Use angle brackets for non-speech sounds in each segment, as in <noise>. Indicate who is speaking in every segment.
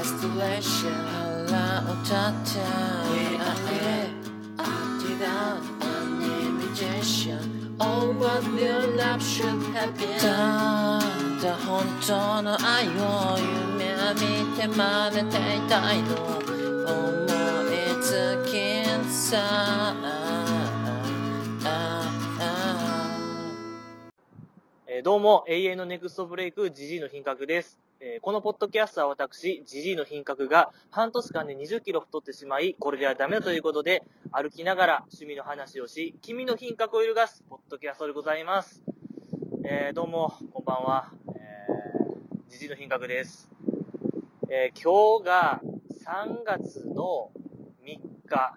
Speaker 1: Delicious 腹を立ってあえあ違う何に満ちし Oh what new love should have been ただ本当の愛を夢見て真似ていたいの思いつきさ
Speaker 2: えーどうも、永遠のネクストブレイク、ジジイの品格です。えーこのポッドキャストは私、ジジイの品格が半年間で20キロ太ってしまい、これではダメだということで、歩きながら趣味の話をし、君の品格を揺るがす、ポッドキャストでございます。えーどうも、こんばんは。えー、ジジイの品格です。えー今日が3月の3日。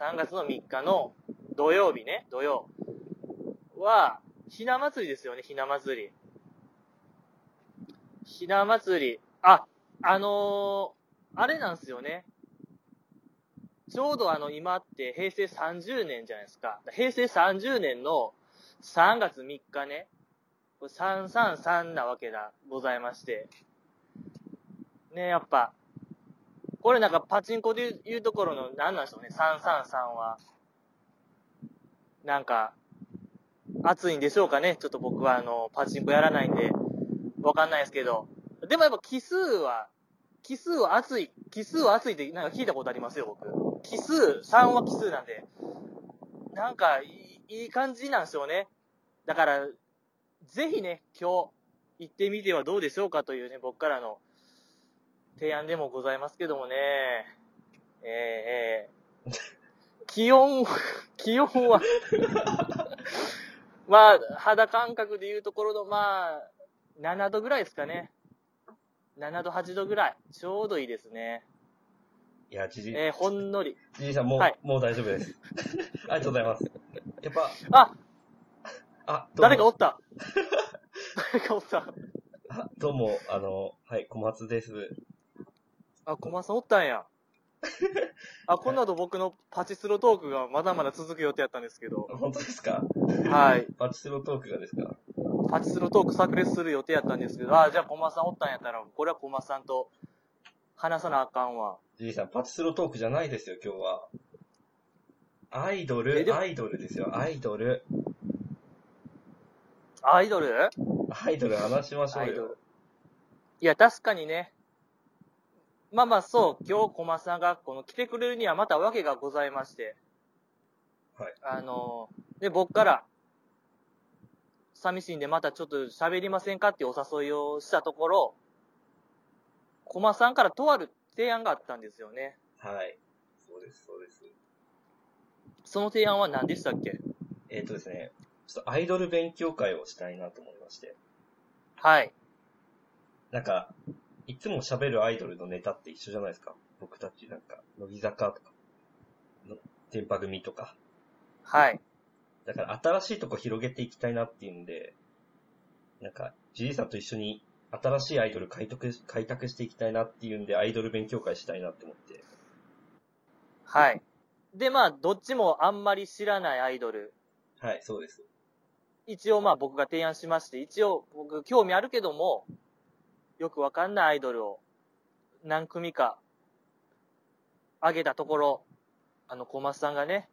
Speaker 2: 3月の3日の土曜日ね、土曜。は、ひな祭りですよね、ひな祭り。ひな祭り。あ、あのーあれなんですよね。ちょうどあの、今って平成30年じゃないですか。平成30年の3月3日ね。これ333なわけだ、ございまして。ね、やっぱ。これなんかパチンコでいういうところの何なんでしょうね、333は。なんか、暑いんでしょうかね。ちょっと僕はあの、パチンコやらないんで、わかんないですけど。でもやっぱ奇数は、奇数は暑い、奇数は暑いってなんか聞いたことありますよ、僕。奇数、3は奇数なんで。なんかいい、いい感じなんでしょうね。だから、ぜひね、今日、行ってみてはどうでしょうかというね、僕からの提案でもございますけどもね。えー、えー気温、気温は、まあ、肌感覚でいうところの、まあ、7度ぐらいですかね。7度、8度ぐらい。ちょうどいいですね。
Speaker 3: いや、じじい、
Speaker 2: えーほんのり。
Speaker 3: じじいさん、もう、
Speaker 2: はい
Speaker 3: もう大丈
Speaker 2: <laughs>
Speaker 3: 夫です。ありがとうございます。やっぱ、
Speaker 2: あ、
Speaker 3: あ、どうも
Speaker 2: 誰かおった。誰かおった。
Speaker 3: あどうも、あの、はい、小松です。
Speaker 2: あ、小松さんおったんや。あ、この後僕のパチスロトークがまだまだ続く予定やったんですけど。
Speaker 3: 本当ですか
Speaker 2: はい。
Speaker 3: パチスロトークがですか
Speaker 2: パチスロトーク炸裂する予定やったんですけど。あ、じゃあ小松さんおったんやったら、これは小松さんと話さなあかんわ。
Speaker 3: じじいさん、パチスロトークじゃないですよ、今日は。アイド
Speaker 2: えで
Speaker 3: ル、
Speaker 2: も
Speaker 3: アイドルですよ、アイドル。
Speaker 2: アイドル
Speaker 3: アイドル話しましょ
Speaker 2: ア
Speaker 3: う
Speaker 2: イド
Speaker 3: よ。
Speaker 2: ル。いや、確かにね。まあまあそう、今日小松さんがこの来てくれるにはまた訳がございまして。
Speaker 3: はい。
Speaker 2: あのー、で、僕から、寂しいんでまたちょっと喋りませんかっていうお誘いをしたところ、小松さんからとある提案があったんですよね。
Speaker 3: はい。そうです、そうです。
Speaker 2: その提案は何でしたっけ
Speaker 3: えっ、とですね、ちょっとアイドル勉強会をしたいなと思いまして。
Speaker 2: はい。
Speaker 3: なんか、いつも喋るアイドルのネタって一緒じゃないですか。僕たちなんか、乃木坂とか、の天パ組とか。
Speaker 2: はい。
Speaker 3: だから新しいとこ広げていきたいなっていうんで、なんか、じいさんと一緒に新しいアイドル開拓し開拓していきたいなっていうんで、アイドル勉強会したいなって思って。
Speaker 2: はい。で、まあ、どっちもあんまり知らないアイドル。
Speaker 3: はい、そうです。
Speaker 2: 一応まあ僕が提案しまして、一応僕興味あるけども、よくわかんないアイドルを何組か上げたところ、あの小松さんがね、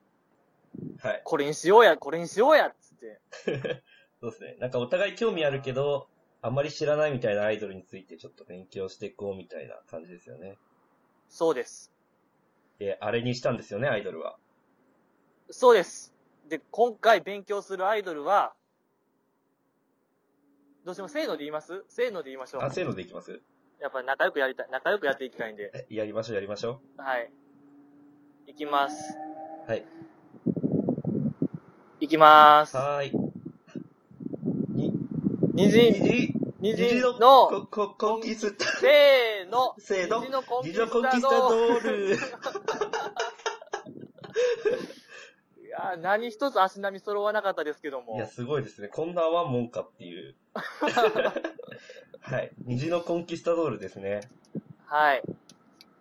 Speaker 3: はい。
Speaker 2: これにしようや、これにしようやっつって。
Speaker 3: そうですね。なんかお互い興味あるけど、あんまり知らないみたいなアイドルについてちょっと勉強していこうみたいな感じですよね。
Speaker 2: そうです。
Speaker 3: で、あれにしたんですよね、アイドルは。
Speaker 2: そうです。で、今回勉強するアイドルは、どうしてもせーので言いますせーので言いましょう。
Speaker 3: あ、せーのでいきます
Speaker 2: やっぱ仲良くやりたい、仲良くやっていきたいんで。
Speaker 3: えやりましょう、やりましょ
Speaker 2: はい。いきます。
Speaker 3: う。はい。
Speaker 2: いきまーす。
Speaker 3: はーい。
Speaker 2: 虹、
Speaker 3: 虹、
Speaker 2: 虹
Speaker 3: の
Speaker 2: の
Speaker 3: こ、こ、コンキスタ、
Speaker 2: せーの。
Speaker 3: せーの
Speaker 2: 虹のコンキ
Speaker 3: 虹
Speaker 2: スタ
Speaker 3: のコンキスタ
Speaker 2: ドー
Speaker 3: ドール。
Speaker 2: ル。いやー、何一つ足並み揃わなかったですけども。
Speaker 3: いや、すごいですね。こんなワンもんかっていう。はい。虹のコンキスタドールですね。
Speaker 2: はい。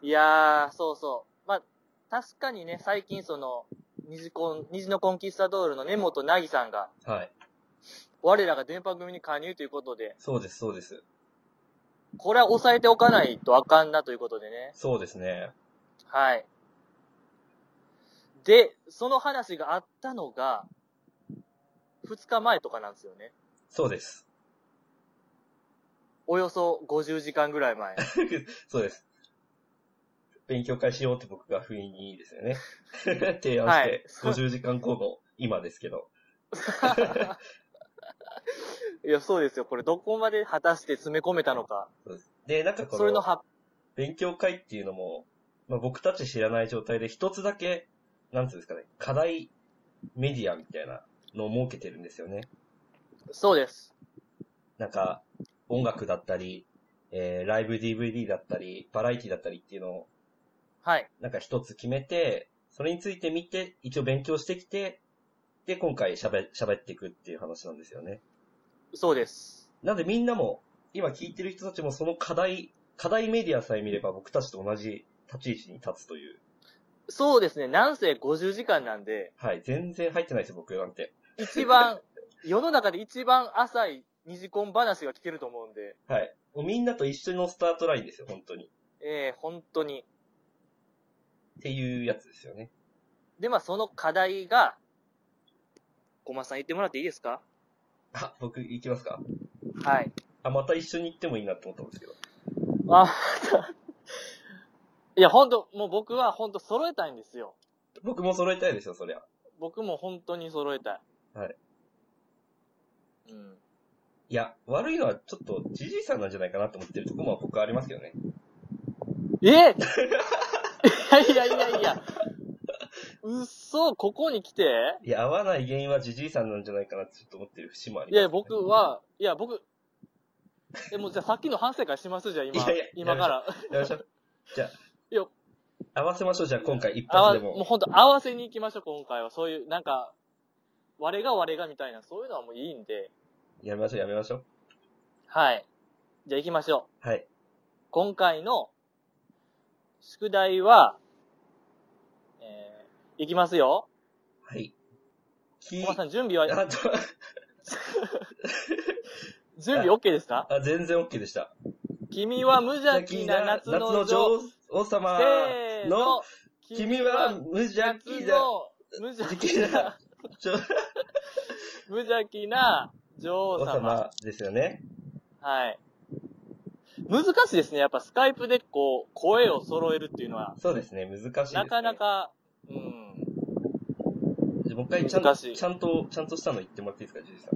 Speaker 2: いやー、そうそう。まあ、確かにね、最近その、虹コン、虹のコンキスタドールの根本なぎさんが、
Speaker 3: はい。
Speaker 2: 我らが電波組に加入ということで、
Speaker 3: そうです、そうです。
Speaker 2: これは抑えておかないとあかんなということでね。
Speaker 3: そうですね。
Speaker 2: はい。で、その話があったのが、2日前とかなんですよね。
Speaker 3: そうです。
Speaker 2: およそ50時間ぐらい <laughs> 前。
Speaker 3: そうです。勉強会しようって僕が不意にですよね。提案して、
Speaker 2: はい
Speaker 3: 50時間後の今ですけど。
Speaker 2: いや、そうですよ。これどこまで果たして詰め込めたのか。
Speaker 3: で、なんかこ
Speaker 2: それの
Speaker 3: の
Speaker 2: 発
Speaker 3: 勉強会っていうのも、まあ、僕たち知らない状態で一つだけ、なんていうんですかね、課題メディアみたいなのを設けてるんですよね。
Speaker 2: そうです。
Speaker 3: なんか、音楽だったり、えー、ライブ DVD だったり、バラエティだったりっていうのを、
Speaker 2: はい。
Speaker 3: なんか一つ決めて、それについて見て、一応勉強してきて、で、今回喋、喋っていくっていう話なんですよね。
Speaker 2: そうです。
Speaker 3: なんでみんなも、今聞いてる人たちもその課題、課題メディアさえ見れば僕たちと同じ立ち位置に立つという。
Speaker 2: そうですね。なんせ50時間なんで、
Speaker 3: はい、全然入ってないですよ、僕なんて。
Speaker 2: 一 <laughs> 番、世の中で一番浅い二次婚話が聞けると思うんで、
Speaker 3: はい。もうみんなと一緒のスタートラインですよ、本当に。
Speaker 2: ええ本当に。
Speaker 3: っていうやつですよね。
Speaker 2: で、まあ、その課題が、小松さん言ってもらっていいですか
Speaker 3: あ、僕行きますか。
Speaker 2: はい。
Speaker 3: あ、また一緒に行ってもいいなと思ったんですけど。
Speaker 2: あ、 <laughs> いや、ほんと、もう僕はほんと揃えたいんですよ。
Speaker 3: 僕も揃えたいですよ、そりゃ。
Speaker 2: 僕も本当に揃えたい。
Speaker 3: はい。
Speaker 2: うん。
Speaker 3: いや、悪いのはちょっと、じじいさんなんじゃないかなと思ってるところも僕はありますけどね。
Speaker 2: えいや <laughs> いやいやいや。うっそ、ここに来て
Speaker 3: いや、合わない原因はじじいさんなんじゃないかなってちょっと思ってる節もあり
Speaker 2: い
Speaker 3: ます、
Speaker 2: や、僕は、いや、僕、え、もうじゃあさっきの反省会しますじゃあ今
Speaker 3: いやいや、
Speaker 2: 今から。
Speaker 3: やりましょう。じゃ
Speaker 2: いや
Speaker 3: あ、合わせましょう、じゃあ今回一
Speaker 2: あわ
Speaker 3: 発で
Speaker 2: もう
Speaker 3: も。
Speaker 2: ほんと合わせに行きましょう、今回は。そういう、なんか、我が我がみたいな、そういうのはもういいんで。
Speaker 3: やめましょう、やめましょう。
Speaker 2: はい。じゃあ行きましょう。
Speaker 3: はい。
Speaker 2: 今回の宿題は、えー、いきますよ。
Speaker 3: はい。き
Speaker 2: 小松さん、準備は、
Speaker 3: あと、
Speaker 2: 準備 OK ですか
Speaker 3: あ、全然 OK でした。
Speaker 2: 君は無邪気な夏の
Speaker 3: 夏
Speaker 2: 女王。
Speaker 3: 王様
Speaker 2: せー
Speaker 3: の
Speaker 2: の、
Speaker 3: 君は無邪気だ。
Speaker 2: 無邪気
Speaker 3: <laughs>
Speaker 2: な、
Speaker 3: ちょ
Speaker 2: 無邪気な女王
Speaker 3: 王
Speaker 2: 様。
Speaker 3: 様ですよね。
Speaker 2: はい。難しいですね。やっぱスカイプでこう、声を揃えるっていうのは、
Speaker 3: そうですね、難しいです、ね。
Speaker 2: なかなか、うん。
Speaker 3: じゃあもう一回ちゃん
Speaker 2: 難しい
Speaker 3: ちゃんと、ちゃんとしたの言ってもらっていいですか、ジュリーさ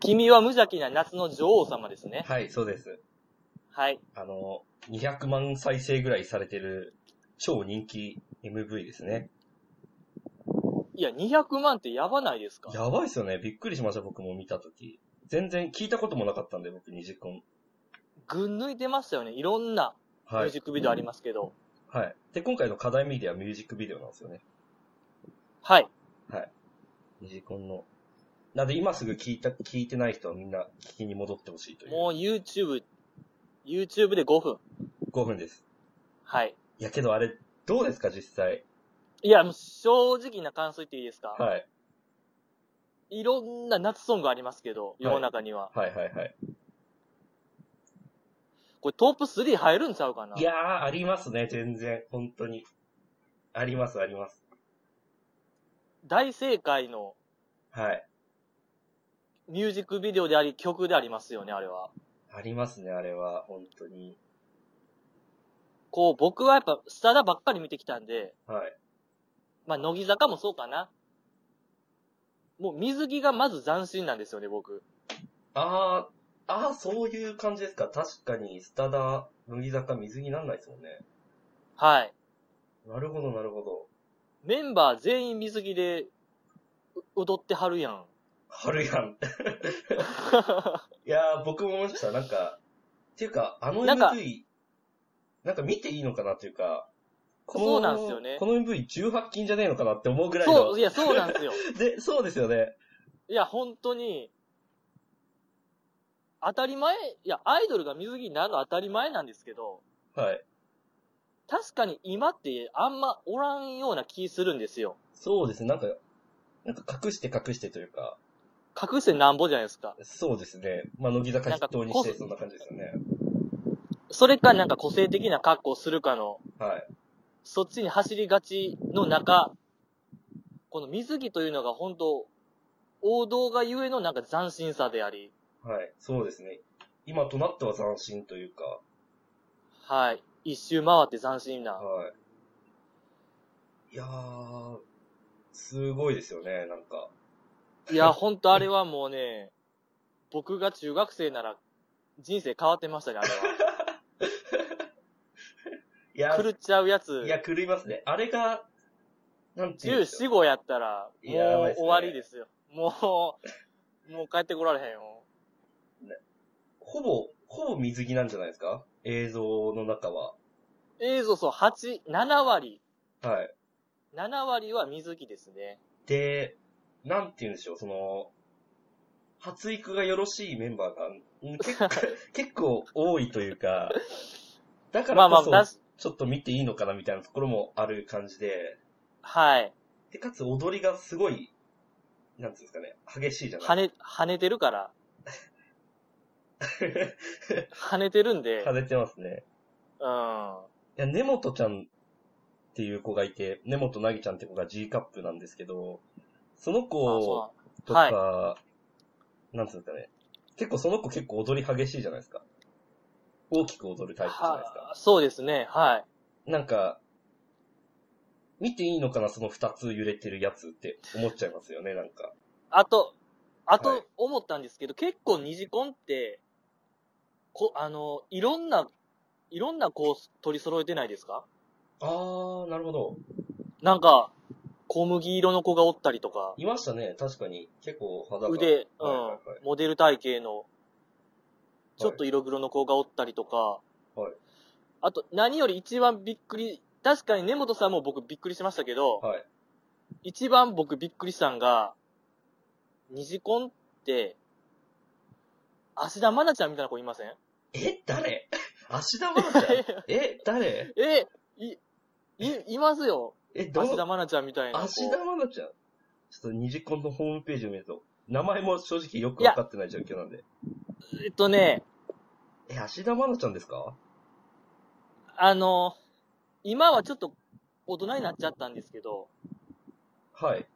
Speaker 2: 君は無邪気な夏の女王様ですね。
Speaker 3: ん。はい、そうです。
Speaker 2: はい。
Speaker 3: あの、200万再生ぐらいされてる超人気 MV ですね。
Speaker 2: いや、200万ってやばないですか
Speaker 3: やばいっすよね。びっくりしました、僕も見たとき。全然聞いたこともなかったんで、僕、ニジコン。
Speaker 2: ぐん抜いてましたよね。いろんなミ
Speaker 3: は
Speaker 2: ュー
Speaker 3: い。
Speaker 2: ジックビデオありますけど。
Speaker 3: はい。で、今回の課題メディアはミュージックビデオなんですよね。
Speaker 2: はい。
Speaker 3: ニジコンの。なんで、今すぐ聞いた、聞いてない人はみんな聞きに戻ってほしいという。
Speaker 2: もう YouTube、YouTube で5分。
Speaker 3: 5分です。
Speaker 2: はい。
Speaker 3: いや、けどあれ、どうですか、実際。
Speaker 2: いや、もう正直な感想言っていいですか、
Speaker 3: はい。
Speaker 2: い、ろんな夏ソングありますけど、世の中には。
Speaker 3: はいはいはい。
Speaker 2: これトップ3入るんちゃうかない
Speaker 3: やー、ありますね、全然。本当に。あります、あります。
Speaker 2: 大正解の
Speaker 3: はい。
Speaker 2: ミュージックビデオであり、曲でありますよね、あれは。
Speaker 3: ありますね、あれは、本当に。
Speaker 2: こう、僕はやっぱ、スタダばっかり見てきたんで、
Speaker 3: はい。
Speaker 2: まあ、乃木坂もそうかな。もう水着がまず斬新なんですよね、僕。
Speaker 3: あー、あー、そういう感じですか。確かに、スタダ、乃木坂、水着なんないですもんね。
Speaker 2: はい。
Speaker 3: なるほど、なるほど。
Speaker 2: メンバー全員水着でう踊ってはるやん。
Speaker 3: 春やん。いやー、僕も思いました。なんか、っていうか、あの MV、
Speaker 2: な
Speaker 3: なんん
Speaker 2: か
Speaker 3: か見ていいのかなというか、この
Speaker 2: そうなんすよね
Speaker 3: この MV18 禁じゃねえのかなって思うぐらいの。
Speaker 2: そう、いや、そうなんですよ。
Speaker 3: で、そうですよね。
Speaker 2: いや、本当に、当たり前、いや、アイドルが水着になるのは当たり前なんですけど、
Speaker 3: はい。
Speaker 2: 確かに今ってあんまおらんような気するんですよ。
Speaker 3: そうですね、なんか、なんか隠して隠してというか、
Speaker 2: 隠してなんぼじゃないですか。
Speaker 3: そうですね。まあ、乃木坂筆頭にし
Speaker 2: なんか
Speaker 3: て、
Speaker 2: こ
Speaker 3: そんな感じですよね。
Speaker 2: それかなんか個性的な格好をするかの、
Speaker 3: はい。
Speaker 2: そっちに走りがちの中、この水着というのが本当、王道がゆえのなんか斬新さであり、
Speaker 3: はい。そうですね。今となっては斬新というか、
Speaker 2: はい。一周回って斬新な。
Speaker 3: はい。いやー、すごいですよね、なんか。
Speaker 2: いや、ほんとあれはもうね、僕が中学生なら人生変わってましたね、あ
Speaker 3: <laughs>
Speaker 2: れ
Speaker 3: いや
Speaker 2: は。、狂っちゃうやつ
Speaker 3: い、や、狂いますね。あれが、なんていうんですか
Speaker 2: 14、5やったら、も
Speaker 3: いややばいっ
Speaker 2: う
Speaker 3: すね
Speaker 2: 終わりですよ。もう、もう帰ってこられへんよ。
Speaker 3: ほぼ、ほぼ水着なんじゃないですか映像の中は。
Speaker 2: 映像そう、8、7割。
Speaker 3: はい。
Speaker 2: 7割は水着ですね。
Speaker 3: で、なんて言うんでしょう、その、発育がよろしいメンバーが、うん
Speaker 2: <laughs>
Speaker 3: 結構結構多いというか、だか
Speaker 2: まあ
Speaker 3: ら
Speaker 2: ま
Speaker 3: こ
Speaker 2: あ、だ
Speaker 3: そ、
Speaker 2: し、
Speaker 3: ちょっと見ていいのかなみたいなところもある感じで、
Speaker 2: はい。
Speaker 3: で、かつ踊りがすごい、なんていうんですかね、激しいじゃな
Speaker 2: 跳
Speaker 3: い
Speaker 2: ね、跳ねてる
Speaker 3: <laughs>
Speaker 2: から。跳ねてるんで。
Speaker 3: 跳ねてますね。
Speaker 2: うん。
Speaker 3: いや、根本ちゃんっていう子がいて、根本なぎちゃんって子が G カップなんですけど、その
Speaker 2: あ
Speaker 3: 子、
Speaker 2: そ
Speaker 3: とか、なんつうんですかね。結構その子結構踊り激しいじゃないですか。大きく踊
Speaker 2: う
Speaker 3: るタ
Speaker 2: なん
Speaker 3: イプじゃないです
Speaker 2: は
Speaker 3: か。
Speaker 2: そうですね、はい。
Speaker 3: なんか、見ていいのかなその二つ揺れてるやつって思っちゃいますよね、なんか。
Speaker 2: あと、あ
Speaker 3: は
Speaker 2: と
Speaker 3: い
Speaker 2: 思ったんですけど、結構二次コンって、こ、あの、いろんな、いろんなコース取り揃えてないですか
Speaker 3: あー、なるほど。
Speaker 2: なんか、小麦色の子がおったりとか、
Speaker 3: いましたね、確かに。結構肌が。
Speaker 2: 腕、うん、
Speaker 3: はいはいはい
Speaker 2: モデル体型の、ちょっと色黒の子がおったりとか、
Speaker 3: はい
Speaker 2: あと、何より一番びっくり、確かに根本さんも僕びっくりしましたけど、
Speaker 3: はい。
Speaker 2: 一番僕びっくりしたんが、ニジコンって、芦田愛菜ちゃんみたいな子いません
Speaker 3: え、誰 <laughs> 芦田愛
Speaker 2: <laughs>
Speaker 3: 菜ちゃんえ、誰
Speaker 2: え、い、い、いますよ。
Speaker 3: え、ど
Speaker 2: 芦田愛
Speaker 3: う
Speaker 2: 菜ちゃんみたいな子。
Speaker 3: 芦田愛菜ちゃんちょっと二次コンのホームページを見ると、名前も正直よくわかってない状況なんで。
Speaker 2: えっとね、
Speaker 3: え、芦田愛菜ちゃんですか
Speaker 2: あの、今はちょっと大人になっちゃったんですけど、
Speaker 3: はい。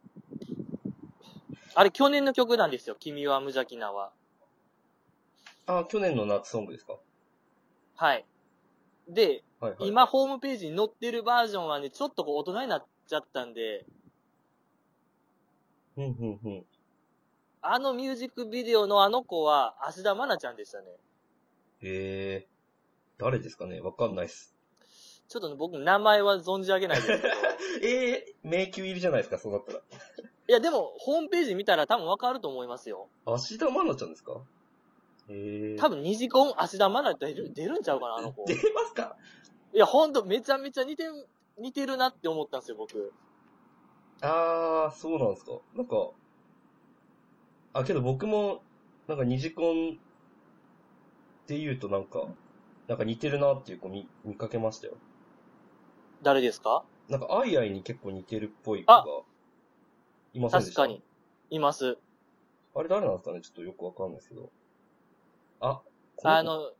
Speaker 2: あれ去年の曲なんですよ。君は無邪気なは。
Speaker 3: あ、去年の夏ソングですか
Speaker 2: はい。で、
Speaker 3: はいはい。
Speaker 2: 今ホームページに載ってるバージョンはね、ちょっとこう大人になっちゃったんで、
Speaker 3: うんうんうん。
Speaker 2: あのミュージックビデオのあの子は、芦田愛菜ちゃんでしたね。
Speaker 3: ええー。誰ですかねわかんないっす。
Speaker 2: ちょっとね、僕、名前は存じ上げないですけ
Speaker 3: <laughs>
Speaker 2: ど。
Speaker 3: ええー、迷宮入りじゃないですか、そうなったら。
Speaker 2: いや、でも、ホームページ見たら多分わかると思いますよ。
Speaker 3: 芦田愛菜ちゃんですかええー。
Speaker 2: 多
Speaker 3: 分。
Speaker 2: 分、二次コン、芦田愛菜出る、出るんちゃうかな、あの子。
Speaker 3: 出
Speaker 2: い
Speaker 3: ますか
Speaker 2: や、ほんと、めちゃめちゃ似てる、似てるなって思ったんですよ、僕。
Speaker 3: あー、そうなんですか。なんか、あ、けど僕も、なんか二次コンって言うとなんか、なんか似てるなっていう子見、見かけましたよ。
Speaker 2: 誰ですか
Speaker 3: なんか、アイアイに結構似てるっぽい子が
Speaker 2: あ、
Speaker 3: いませんで
Speaker 2: 確
Speaker 3: した
Speaker 2: か。に。います。
Speaker 3: あれ誰なんですかねちょっとよくわかんないですけど。あ、こ
Speaker 2: あ、の、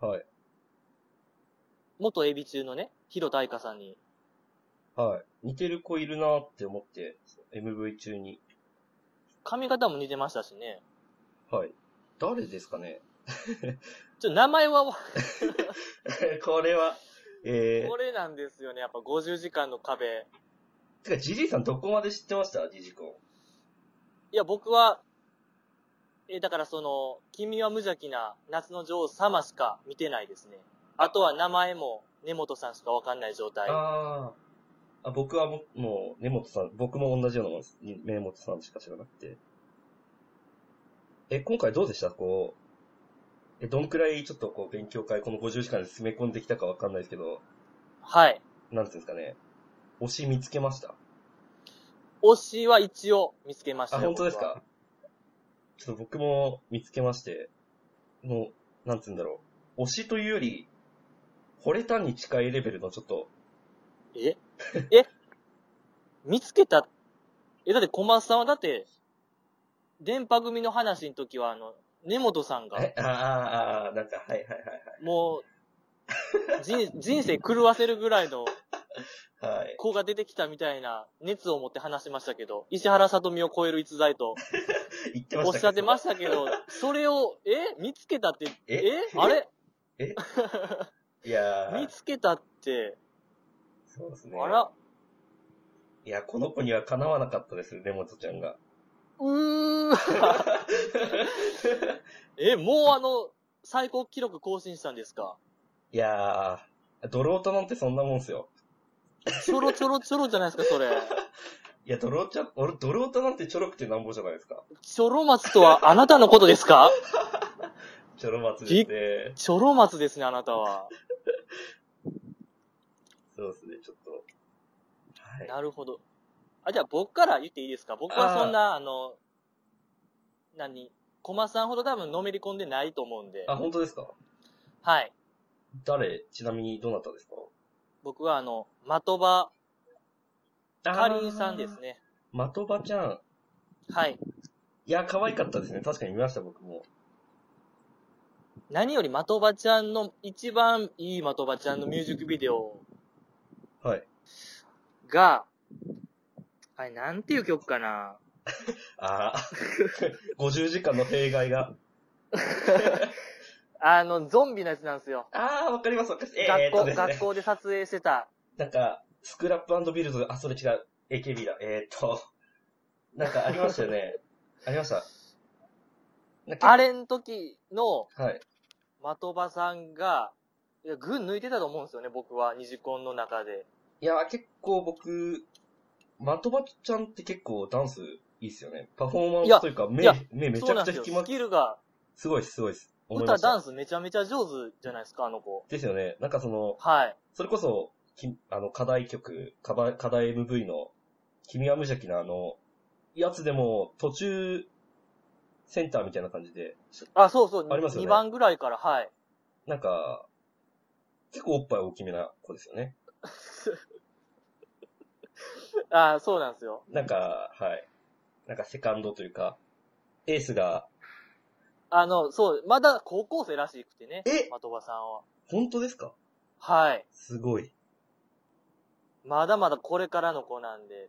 Speaker 3: はい。
Speaker 2: 元エビ中のね、ヒロタイカさんに。
Speaker 3: はい。似てる子いるなって思って、MV 中に。
Speaker 2: 髪型も似てましたしね。
Speaker 3: はい。誰ですかね <laughs>
Speaker 2: ちょっと名前は、
Speaker 3: これは、え
Speaker 2: これなんですよね。やっぱ50時間の壁。
Speaker 3: ー、てか、ジジイさんどこまで知ってましたジジコン。
Speaker 2: いや、僕は、え、だからその、君は無邪気な夏の女王様しか見てないですね。あとは名前も根本さんしかわかんない状態。
Speaker 3: あー。あ、僕はもう、もう、根本さん、僕も同じようなもんです。に根本さんしか知らなくて。え、今回どうでしたこう、え、どんくらいちょっとこう、勉強会、この50時間で詰め込んできたかわかんないですけど、
Speaker 2: はい。
Speaker 3: なんていうんですかね。推し見つけました
Speaker 2: 推しは一応見つけました
Speaker 3: あ、
Speaker 2: よ
Speaker 3: 本当です
Speaker 2: 僕は
Speaker 3: かちょっと僕も見つけまして、もう、なんつうんだろう。推しというより、惚れたに近いレベルのちょっと、
Speaker 2: ええ見つけたえ、だって小松さんはだって、電波組の話の時はあの、根本さんが、
Speaker 3: え、あーあー、あーなんか、はいはいは
Speaker 2: もう、人人生狂わせるぐらいの
Speaker 3: いはい。はい。
Speaker 2: 子が出てきたみたいな熱を持って話しましたけど、石原さとみを超える逸材と
Speaker 3: 言ってま
Speaker 2: お
Speaker 3: し
Speaker 2: ったしゃってま
Speaker 3: し
Speaker 2: したけど、それを、え見つけたって、
Speaker 3: え
Speaker 2: えあれ
Speaker 3: た。いやー
Speaker 2: 見、つけたって、
Speaker 3: そうですね。
Speaker 2: あら、
Speaker 3: いや、この子にはかなわなかったです、根本ちゃんが。 <laughs>
Speaker 2: うー <laughs> え、もうあの、最高記録更新したんですか
Speaker 3: いやー、ドロートなんてそんなもんすよ。
Speaker 2: ちょろちょろちょろじゃないですか、それ。
Speaker 3: いや、ドローちゃん、俺、ドロートなんてちょろくてなんぼじゃないですか。
Speaker 2: ちょろ松とはあなたのことですか
Speaker 3: ちょろ松ですね。
Speaker 2: ちょろ松ですね、あなたは。
Speaker 3: そうですね、ちょっと。はい。
Speaker 2: なるほど。あ、じゃあ僕から言っていいですか僕はそんな、あの、何駒さんほど多分のめり込んでないと思うんで。
Speaker 3: あ、本当ですか
Speaker 2: はい。
Speaker 3: 誰ちなみにどなたですか
Speaker 2: 僕はあの、的場かりんさんです。ね。
Speaker 3: あー的場ちゃん。
Speaker 2: はい。
Speaker 3: いや、可愛かったですね。確かに見ました、僕も。
Speaker 2: 何より的場ちゃんの、一番いい的場ちゃんのミュージックビデオ
Speaker 3: はい。
Speaker 2: が、あれ、なんていう曲かな
Speaker 3: ああ。50時間 <laughs> の弊害が。
Speaker 2: あの、ゾンビのやつなんですよ。
Speaker 3: ああ、わかります、わかります。えー、
Speaker 2: 学
Speaker 3: っと
Speaker 2: 校、
Speaker 3: です
Speaker 2: 学
Speaker 3: ね。
Speaker 2: 校で撮影してた。
Speaker 3: なんか、スクラップビルド、あ、それ違う。AKB だ。えー、っと、なんかありましたよ
Speaker 2: <laughs>
Speaker 3: ね。ありました。なんか
Speaker 2: あれん時の
Speaker 3: はい。
Speaker 2: 的場さんが、いや、群抜いてたと思うんですよね、僕は。二次コンの中で。
Speaker 3: いや、結構僕、的場ちゃんって結構ダンスいいっすよね。パフォーマンスというか、目
Speaker 2: いや、
Speaker 3: 目め
Speaker 2: そ
Speaker 3: ち
Speaker 2: う
Speaker 3: ゃ
Speaker 2: な
Speaker 3: く
Speaker 2: ん
Speaker 3: ち
Speaker 2: で
Speaker 3: ゃ
Speaker 2: す
Speaker 3: 引き
Speaker 2: よ。
Speaker 3: ま
Speaker 2: スキルが、
Speaker 3: すごいっす、すごいっす。思いま
Speaker 2: 歌、
Speaker 3: した
Speaker 2: ダンスめちゃめちゃ上手じゃないですか、あの子。
Speaker 3: ですよね。なんかその、
Speaker 2: はい。
Speaker 3: それこそ、きあの、課題曲、課題課題 MV の、君は無邪気なあの、やつでも、途中、センターみたいな感じで、し
Speaker 2: あ、そうそう、
Speaker 3: ありますよね
Speaker 2: 2番ぐらいから、はい。
Speaker 3: なんか、結構おっぱい大きめな子ですよね。
Speaker 2: あそうなんですよ。
Speaker 3: なんか、はい。なんかセカンドというか、エースが、
Speaker 2: あの、そう、まだ高校生らしくてね、
Speaker 3: え
Speaker 2: 的場さんは。
Speaker 3: 本当ですか
Speaker 2: はい。
Speaker 3: すごい。い
Speaker 2: まだまだこれからの子なんで。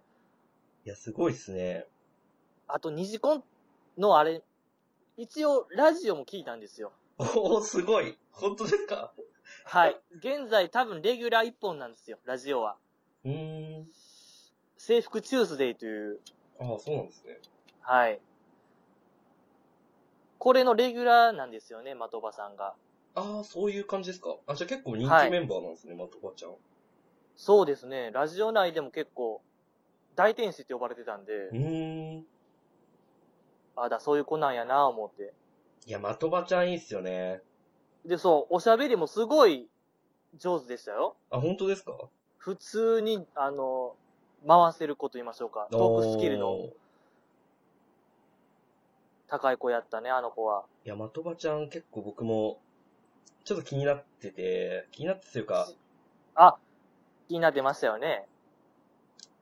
Speaker 3: や、すごいっすね。 <laughs>
Speaker 2: あと、二次コンのあれ、一応、ラジオも聞いたんですよ。
Speaker 3: おおすごい。本当ですか
Speaker 2: はい。現在、多分、レギュラー一本なんですよ、ラジオは。
Speaker 3: うーん。
Speaker 2: 制服チュースデイという、
Speaker 3: ああ、そうなんですね。
Speaker 2: はい。これのレギュラーなんですよね、的場さんが。
Speaker 3: ああ、そういう感じですかあ、じゃあ結構人
Speaker 2: は
Speaker 3: 気
Speaker 2: い
Speaker 3: メンバーなんですね、まとばちゃん。
Speaker 2: そうですね、ラジオ内でも結構、大天使って呼ばれてたんで
Speaker 3: う、ーん。
Speaker 2: あだ、そういう子なんやな、思って。
Speaker 3: いや、的場ちゃんいいっすよね。
Speaker 2: で、そう、おしゃべりもすごい上手でしたよ。
Speaker 3: あ、本当ですか
Speaker 2: 普通に、あの、回せること言いましょうか。トークスキルの
Speaker 3: おー
Speaker 2: 高い子やったね、あの子は。
Speaker 3: いや、的場ちゃん結構僕も、ちょっと気になってて、気になっててというか、
Speaker 2: あ、気になってましたよね。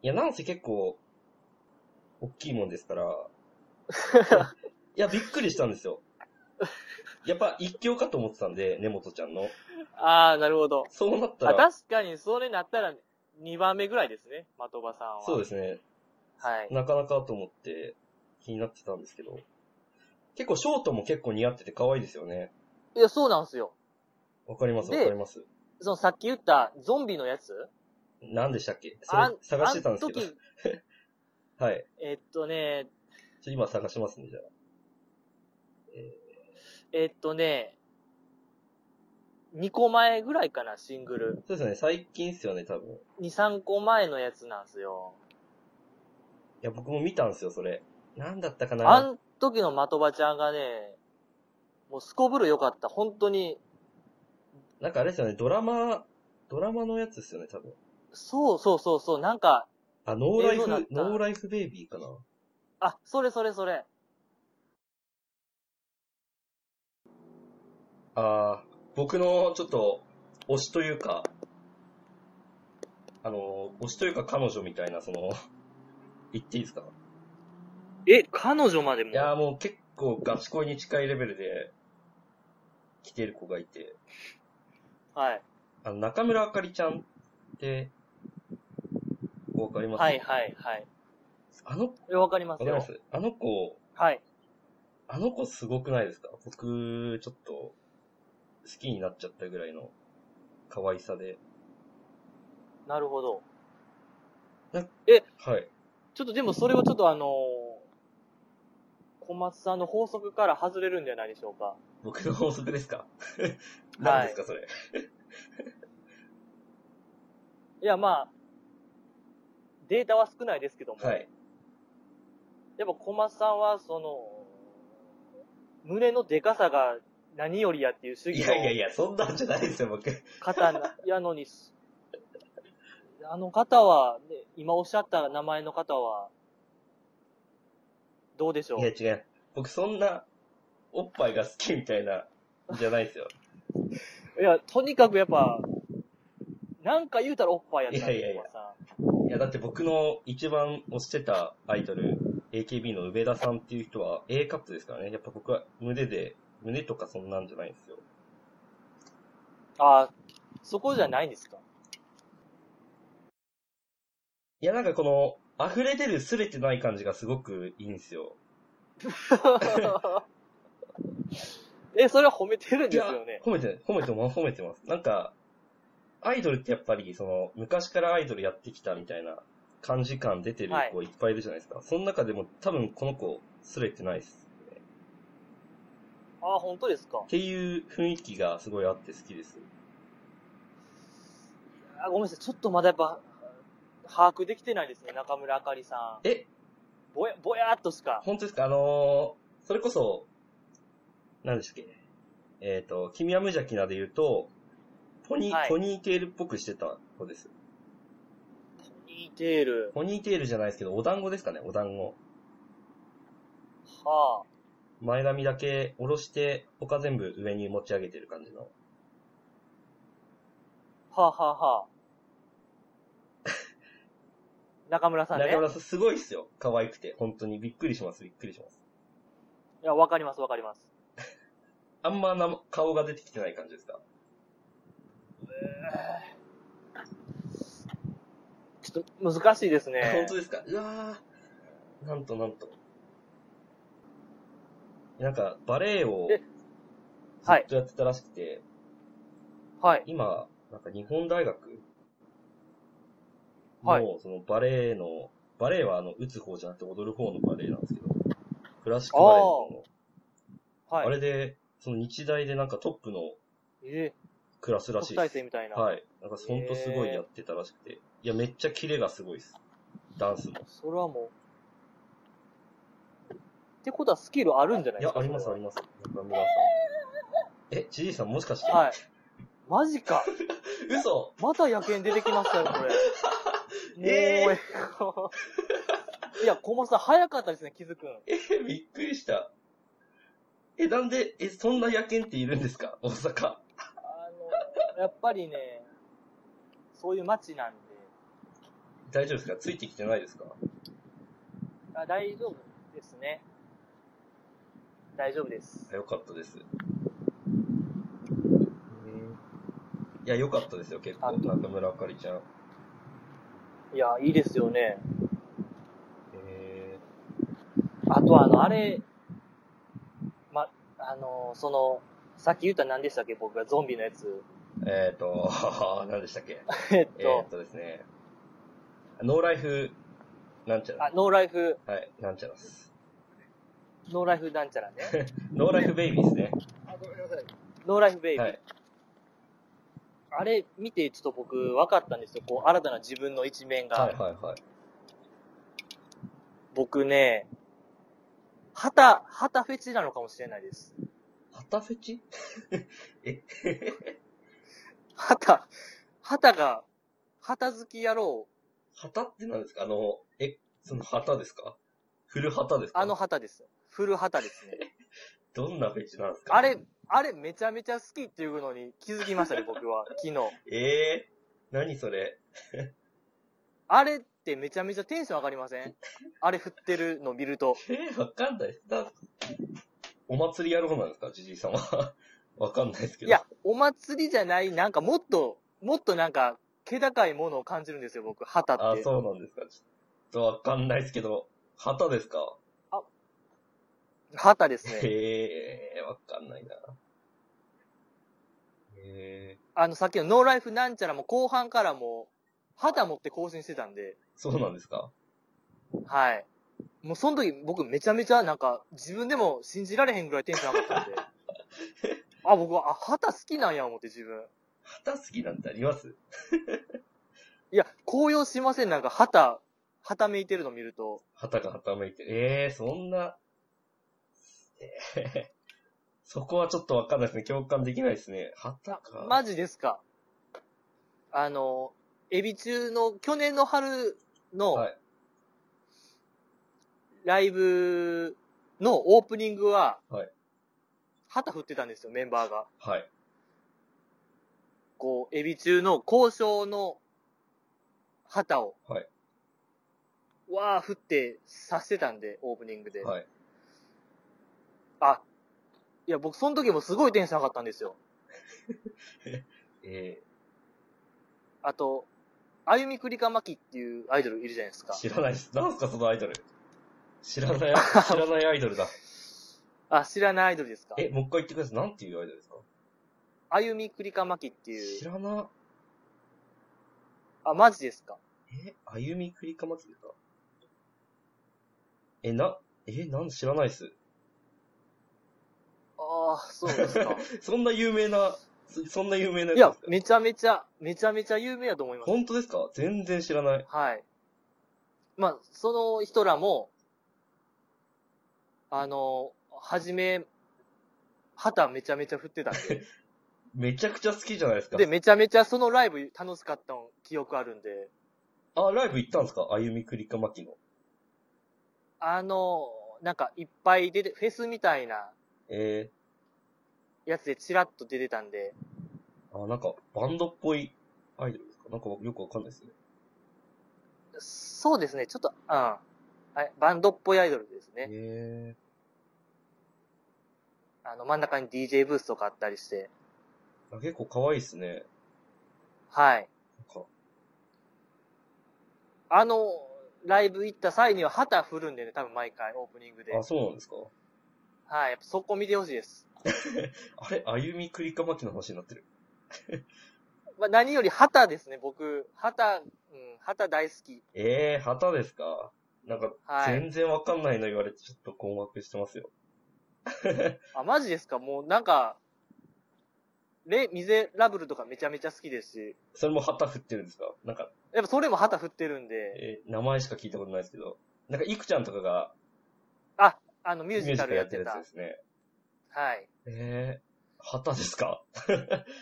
Speaker 3: いや、なんせ結構、大きいもんですから、
Speaker 2: <laughs>
Speaker 3: いや、びっくりしたんですよ。やっぱ一強かと思ってたんで、根本ちゃんの。
Speaker 2: ああ、なるほど。
Speaker 3: そうなった
Speaker 2: あ
Speaker 3: ら、
Speaker 2: 確かに、それなったら、2番目ぐらいですね、的場さんは。。
Speaker 3: そうですすね。
Speaker 2: はい。
Speaker 3: なかなかと思って気になってたんですけど。結構ショートも結構似合ってて可愛いですよね。
Speaker 2: いや、そうなんですよ。
Speaker 3: わかります
Speaker 2: で
Speaker 3: わかります。
Speaker 2: その、さっき言った、ゾンビのやつ
Speaker 3: 何でしたっけそ
Speaker 2: あ
Speaker 3: れ
Speaker 2: ん
Speaker 3: 探してたんですけど
Speaker 2: あ。時
Speaker 3: はい。
Speaker 2: えっとね、
Speaker 3: ちょ今探しますね、じゃあ。
Speaker 2: えっとね、2個前ぐらいかな、シングル。
Speaker 3: そうですね、最近っすよね、多分。い
Speaker 2: 2、3個前のやつなんですよ。
Speaker 3: や、僕も見たんですよ、それ。何だったか
Speaker 2: あ
Speaker 3: なん
Speaker 2: 時の的場ちゃんがね、もうすこぶる良かった。本当に、
Speaker 3: なんかあれですよね、ドラマ、ドラマのやつですよね、多分。
Speaker 2: そうそうそうそう、なんか、
Speaker 3: あ、ノーライ
Speaker 2: 映像だっ
Speaker 3: フ、
Speaker 2: た
Speaker 3: ノーライフベイビーかな。
Speaker 2: あ、それそれそれ。
Speaker 3: あー僕のちょっと、推しというか、あの、推しというか彼女みたいな、その、言っていいですか
Speaker 2: え、彼女までも
Speaker 3: いやーもう結構ガチ恋に近いレベルで来てる子がいて、
Speaker 2: はい。
Speaker 3: あの、中村あかりちゃんって、わかります
Speaker 2: はい、はい、はい。
Speaker 3: あの、わ
Speaker 2: えわかりま
Speaker 3: か
Speaker 2: す
Speaker 3: りま
Speaker 2: よ。
Speaker 3: すあの子、
Speaker 2: はい。
Speaker 3: あの子すごくないですか僕、ちょっと、好きになっちゃったぐらいの可愛さで。
Speaker 2: なるほど。
Speaker 3: はい。
Speaker 2: ちょっとでもそれはちょっとあのー小松さんの法則から外れるんじゃないでしょうか。
Speaker 3: 僕の法則ですか <laughs> 何ですか、それ。
Speaker 2: いや、まあ、データは少ないですけども、
Speaker 3: はい。
Speaker 2: やっぱ小松さんは、その、胸のデカさが何よりやっていう主
Speaker 3: い
Speaker 2: 義
Speaker 3: やいや
Speaker 2: の
Speaker 3: いや、そんなんじゃないですよ、僕。
Speaker 2: 方なやのに、あの方は、ね、今おっしゃった名前の方は、どうでしょ
Speaker 3: いや、
Speaker 2: う
Speaker 3: 違う。僕そんな、おっぱいが好きみたいな、じゃないですよ。
Speaker 2: いや、とにかくやっぱ、なんか言うたらおっぱいやったん
Speaker 3: いやいや
Speaker 2: で
Speaker 3: い
Speaker 2: 小
Speaker 3: や
Speaker 2: 松さん。
Speaker 3: いや、だって僕の一番推してたアイドル、AKB の上田さんっていう人は A カップですからね。やっぱ僕は胸で、胸とかそんなんじゃないんですよ。
Speaker 2: ああ、そこじゃないんですか
Speaker 3: いや、なんかこの、溢れ出るすれてない感じがすごくいいんですよ。
Speaker 2: え、それは褒めてるん
Speaker 3: い
Speaker 2: です
Speaker 3: や
Speaker 2: よね。
Speaker 3: 褒めてない、褒めてます、褒めてます。なんか、アイドルってやっぱり、その、昔からアイドルやってきたみたいな感じ感出てる
Speaker 2: はい
Speaker 3: 子いっぱいいるじゃないですか。その中でも多分この子、すれてないです。
Speaker 2: ああ、本当ですか
Speaker 3: っ。ていう雰囲気がすごいあって好きです。
Speaker 2: あごめんなさい、ちょっとまだやっぱ、把握できてないですね、中村あかりさん。
Speaker 3: え、
Speaker 2: ぼや、ぼやっとしか。
Speaker 3: 本当ですかあのー、それこそ、何でしたっけえっ、と、君は無邪気なで言うと、ポニー、
Speaker 2: はい
Speaker 3: ポニーテールっぽくしてた子です。
Speaker 2: ニーテール。
Speaker 3: ポニーテールじゃないですけど、お団子ですかねお団子。
Speaker 2: は
Speaker 3: 前髪だけ下ろして、他全部上に持ち上げてる感じの。
Speaker 2: あ、はあ、はあ、はあ。
Speaker 3: <laughs>
Speaker 2: 中村さんね。
Speaker 3: 中村さんすごいっすよ。可愛くて。本当にびっくりします、びっくりします。
Speaker 2: いや、わかります、わかります。
Speaker 3: あんまな顔が出てきてない感じですか
Speaker 2: ちょっと難しいですね。
Speaker 3: 本当ですかうわーなんとなんと。なんか、バレエを
Speaker 2: え
Speaker 3: ず
Speaker 2: はい
Speaker 3: っとやってたらしくて、
Speaker 2: はい。
Speaker 3: 今、なんか日本大学
Speaker 2: はい
Speaker 3: の、そのバレエの、バレエはあの、打つ方じゃなくて踊る方のバレエなんですけど、クラシックバレエの方の、
Speaker 2: はい。
Speaker 3: あれで、その日大でなんかトップの
Speaker 2: え
Speaker 3: クラス
Speaker 2: ー、
Speaker 3: らし
Speaker 2: 特
Speaker 3: い
Speaker 2: 待
Speaker 3: です
Speaker 2: 生。みたいな。
Speaker 3: はい。なんかほんとすごいやってたらしくて、いや、めっちゃキレがすごいです。ダンスも。
Speaker 2: それはもう。ってことはスキルあるんじゃない
Speaker 3: い
Speaker 2: で
Speaker 3: や
Speaker 2: す、か
Speaker 3: あります、
Speaker 2: そ
Speaker 3: あ
Speaker 2: れ
Speaker 3: り
Speaker 2: は
Speaker 3: ます。中村さん。え、じいさんもしかして、
Speaker 2: はい。マジか。
Speaker 3: 嘘
Speaker 2: また野犬出てきましたよ、これ。もう、
Speaker 3: <laughs> えー
Speaker 2: え <laughs> いや、小松さん、早かったですね、気づくん。
Speaker 3: え、びっくりした。え、なんで、え、そんな野犬っているんですか大阪。
Speaker 2: あの、やっぱりね、そういう街なんで、
Speaker 3: 大丈夫ですかついてきてないですか
Speaker 2: あ大丈夫ですね。大丈夫です。
Speaker 3: あよかったです。いや、よかったですよ、結
Speaker 2: あ
Speaker 3: 構。中村あかりちゃん。
Speaker 2: いや、いいですよね。
Speaker 3: え
Speaker 2: あと、あの、あれ、ま、あの、その、さっき言った何でしたっけ僕がゾンビのやつ。
Speaker 3: ー、えーと、 <laughs> 何でしたっけ
Speaker 2: えっ
Speaker 3: え
Speaker 2: と
Speaker 3: ー、、とですね。ノーライフ、なんちゃら
Speaker 2: あ、。ノーライフ、
Speaker 3: はい、なんちゃらです。
Speaker 2: ノーライフなんちゃらね。
Speaker 3: ノーライフベイビーですね。
Speaker 2: ノーライフベイビー。
Speaker 3: はい。
Speaker 2: あれ見て、ちょっと僕、分かったんですよ。こう、新たな自分の一面が。
Speaker 3: はいはいはい。
Speaker 2: 僕ね、旗、旗フェチなのかもしれないです。
Speaker 3: 旗フェチえ
Speaker 2: 旗、旗が、旗好き野郎、
Speaker 3: 旗って何ですかあの、え、その旗ですか古旗ですか
Speaker 2: あの旗です。古旗ですね。
Speaker 3: どんなフェチなんですか
Speaker 2: あれ、あれめちゃめちゃ好きっていうのに気づ <laughs> きましたね、僕は、昨日。
Speaker 3: ええー、何それ
Speaker 2: あれっってめちゃめちゃテンション上がりませんあれ振ってるの見ると。
Speaker 3: えー、わかんないです。だお祭りやる方なんですか、じじいさんは。 <laughs> わかんないですけど。
Speaker 2: いや、お祭りじゃない、なんかもっと、もっとなんか、気高いものを感じるんですよ、僕、旗
Speaker 3: あ
Speaker 2: っ、て。
Speaker 3: そうなんですか。ちょっとわかんないですけど、旗ですか
Speaker 2: 旗ですね。
Speaker 3: へえ、わかんないな。へえ、
Speaker 2: あの、さっきのノーライフなんちゃらも後半からも、旗持って更新してたんで、
Speaker 3: そうなんですか
Speaker 2: はい。もうその時僕めちゃめちゃなんか自分でも信じられへんぐらいテンション上が
Speaker 3: <laughs>
Speaker 2: ったんで。あ、僕は、あ、旗好きなんや思って自分。
Speaker 3: 旗好きなんてあります
Speaker 2: いや、紅葉しません。なんか旗、旗めいてるの見ると。
Speaker 3: 旗が旗を向いてる。ええそんな、ええそこはちょっとわかんないですね。共感できないですね。旗か。
Speaker 2: マジですか。あの、エビ中の去年の春の
Speaker 3: はい
Speaker 2: ライブのオープニングは
Speaker 3: はい、
Speaker 2: 旗振ってたんですよ、メンバーが。
Speaker 3: はい。
Speaker 2: こう、エビ中の交渉の旗を、
Speaker 3: はい
Speaker 2: わー振って刺してたんで、オープニングで。
Speaker 3: はい。
Speaker 2: あ、いや、僕、その時もすごいテンション上がったんですよ。
Speaker 3: え
Speaker 2: あと、あゆみくりかまきっていうアイドルいるじゃないです
Speaker 3: え
Speaker 2: か。
Speaker 3: 知らないです。なんすか、そのアイドル。知らない、知らないアイドルだ。
Speaker 2: あ、知らないアイドルですか。
Speaker 3: え、もう一回言ってください。なんていうアイドルですか
Speaker 2: あゆみくりかまきってい
Speaker 3: 知
Speaker 2: う。
Speaker 3: らな、
Speaker 2: あ、マジですか。
Speaker 3: え、歩みくりかまつりか。え、な、え、なん知らないっす。
Speaker 2: ああ、そうです
Speaker 3: <laughs>
Speaker 2: か。
Speaker 3: そんな有名な、そそんな有名ないや
Speaker 2: や
Speaker 3: つですか
Speaker 2: めちゃめちゃ、めちゃめちゃ有名やと思います。
Speaker 3: 本当ですか全然知らない。
Speaker 2: はい。まあ、その人らも、あの、はじめ、旗めちゃめちゃ振ってたんで、
Speaker 3: めちゃくちゃ好きじゃないですか。
Speaker 2: で、めちゃめちゃそのライブ楽しかったの記憶あるんで、
Speaker 3: あ、ライブ行ったんですか歩みくりかまきの。
Speaker 2: あの、なんかいっぱい出て、フェスみたいな
Speaker 3: え
Speaker 2: やつでチラッと出てたんで、
Speaker 3: ー、あ、なんか、バンドっぽいアイドルですかなんかよくわかんないですね。
Speaker 2: そうですね、ちょっと、うん。はいバンドっぽいアイドルですね。
Speaker 3: え
Speaker 2: あの、真ん中に DJ ブースとかあったりして、
Speaker 3: ー、あ結構可愛いっすね。
Speaker 2: はい。
Speaker 3: なんか、
Speaker 2: あの、ライブ行った際には旗振るんでね、多分毎回オープニングで。
Speaker 3: あ、そうなんですか
Speaker 2: はい、やっぱそこ見てほしいです。
Speaker 3: あれ歩みくりかまきの話になってる。
Speaker 2: まあ、何より旗ですね、僕。旗、うん、旗大好き。
Speaker 3: えー、旗ですかなんか、
Speaker 2: はい。
Speaker 3: 全然わかんないの言われてちょっと困惑してますよ。
Speaker 2: あ、マジですかもうなんか、レ・ミゼラブルとかめちゃめちゃ好きですし、
Speaker 3: それも旗振ってるんですかなんか、
Speaker 2: やっぱそれも旗振ってるんで、
Speaker 3: えー名前しか聞いたことないですけど、なんか、いくちゃんとかが
Speaker 2: あの、ミ
Speaker 3: ミ
Speaker 2: ュ
Speaker 3: ュ
Speaker 2: ー
Speaker 3: ージ
Speaker 2: ジ
Speaker 3: カ
Speaker 2: カ
Speaker 3: ル
Speaker 2: ル
Speaker 3: や
Speaker 2: や
Speaker 3: っ
Speaker 2: ってて
Speaker 3: るや
Speaker 2: た。
Speaker 3: つですね。
Speaker 2: はい。
Speaker 3: えー、旗ですか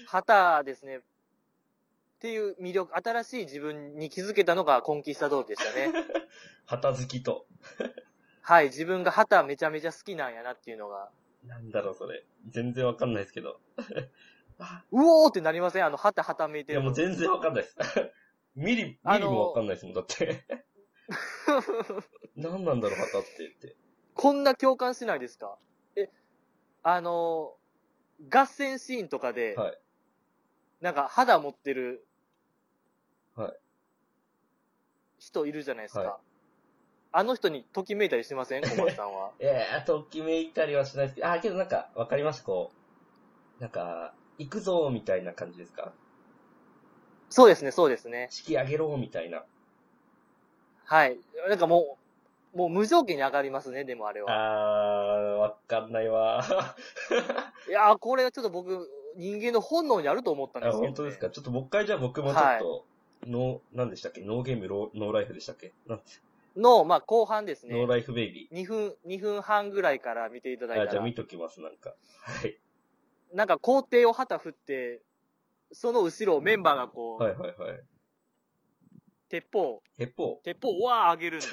Speaker 2: 旗ですね。っていう魅力、新しい自分に気づけたのがコンキスタドールでしたね。
Speaker 3: <laughs> 旗好きと。
Speaker 2: はい、自分が旗めちゃめちゃ好きなんやなっていうのが、
Speaker 3: なんだろう、それ。全然わかんないですけど。
Speaker 2: うおーってなりませんあの、旗、旗めい
Speaker 3: い
Speaker 2: て
Speaker 3: や、
Speaker 2: るの。
Speaker 3: もう全然わかんないです。 <laughs> ミリ、
Speaker 2: あの
Speaker 3: ミリもわかんないですもん、
Speaker 2: <laughs>
Speaker 3: だって。何なんだろう、旗ってって。
Speaker 2: こんな共感しないですかえ、あの、合戦シーンとかで、
Speaker 3: はい
Speaker 2: なんか肌持ってる、
Speaker 3: はい
Speaker 2: 人いるじゃないですか。
Speaker 3: は。
Speaker 2: あの人にときめいたりしません小松さんは
Speaker 3: <laughs> えー、ときめいたりはしないですけど、あー、けどなんか、わかりました、こう。なんか、行くぞーみたいな感じですか
Speaker 2: そうですね、そうですね。
Speaker 3: 式上げろーみたいな。
Speaker 2: はい。なんかもう、もう無条件に上がりますね、でもあれは。
Speaker 3: あー、わかんない <laughs> わー。
Speaker 2: いやー、これはちょっと僕、人間の本能にあると思ったんで
Speaker 3: あ、
Speaker 2: すけど、ね。
Speaker 3: 本当ですか。ちょっともう一回じゃあ僕もちょっと、ノー、何でしたっけノーゲームロー、ノーライフでしたっけなん
Speaker 2: の、まあ、後半です
Speaker 3: ノー
Speaker 2: ね。
Speaker 3: ライフベイビ
Speaker 2: 2分、2分半ぐらいから見ていただい
Speaker 3: ー。
Speaker 2: た
Speaker 3: あ、
Speaker 2: ら。
Speaker 3: じゃあ見ときます、なんか。はい。
Speaker 2: なんか校庭を旗振って、その後ろをメンバーがこう、
Speaker 3: はいはいはい。
Speaker 2: 鉄砲、
Speaker 3: ヘッポ
Speaker 2: 鉄砲をわー上げ
Speaker 3: <laughs>
Speaker 2: るんで、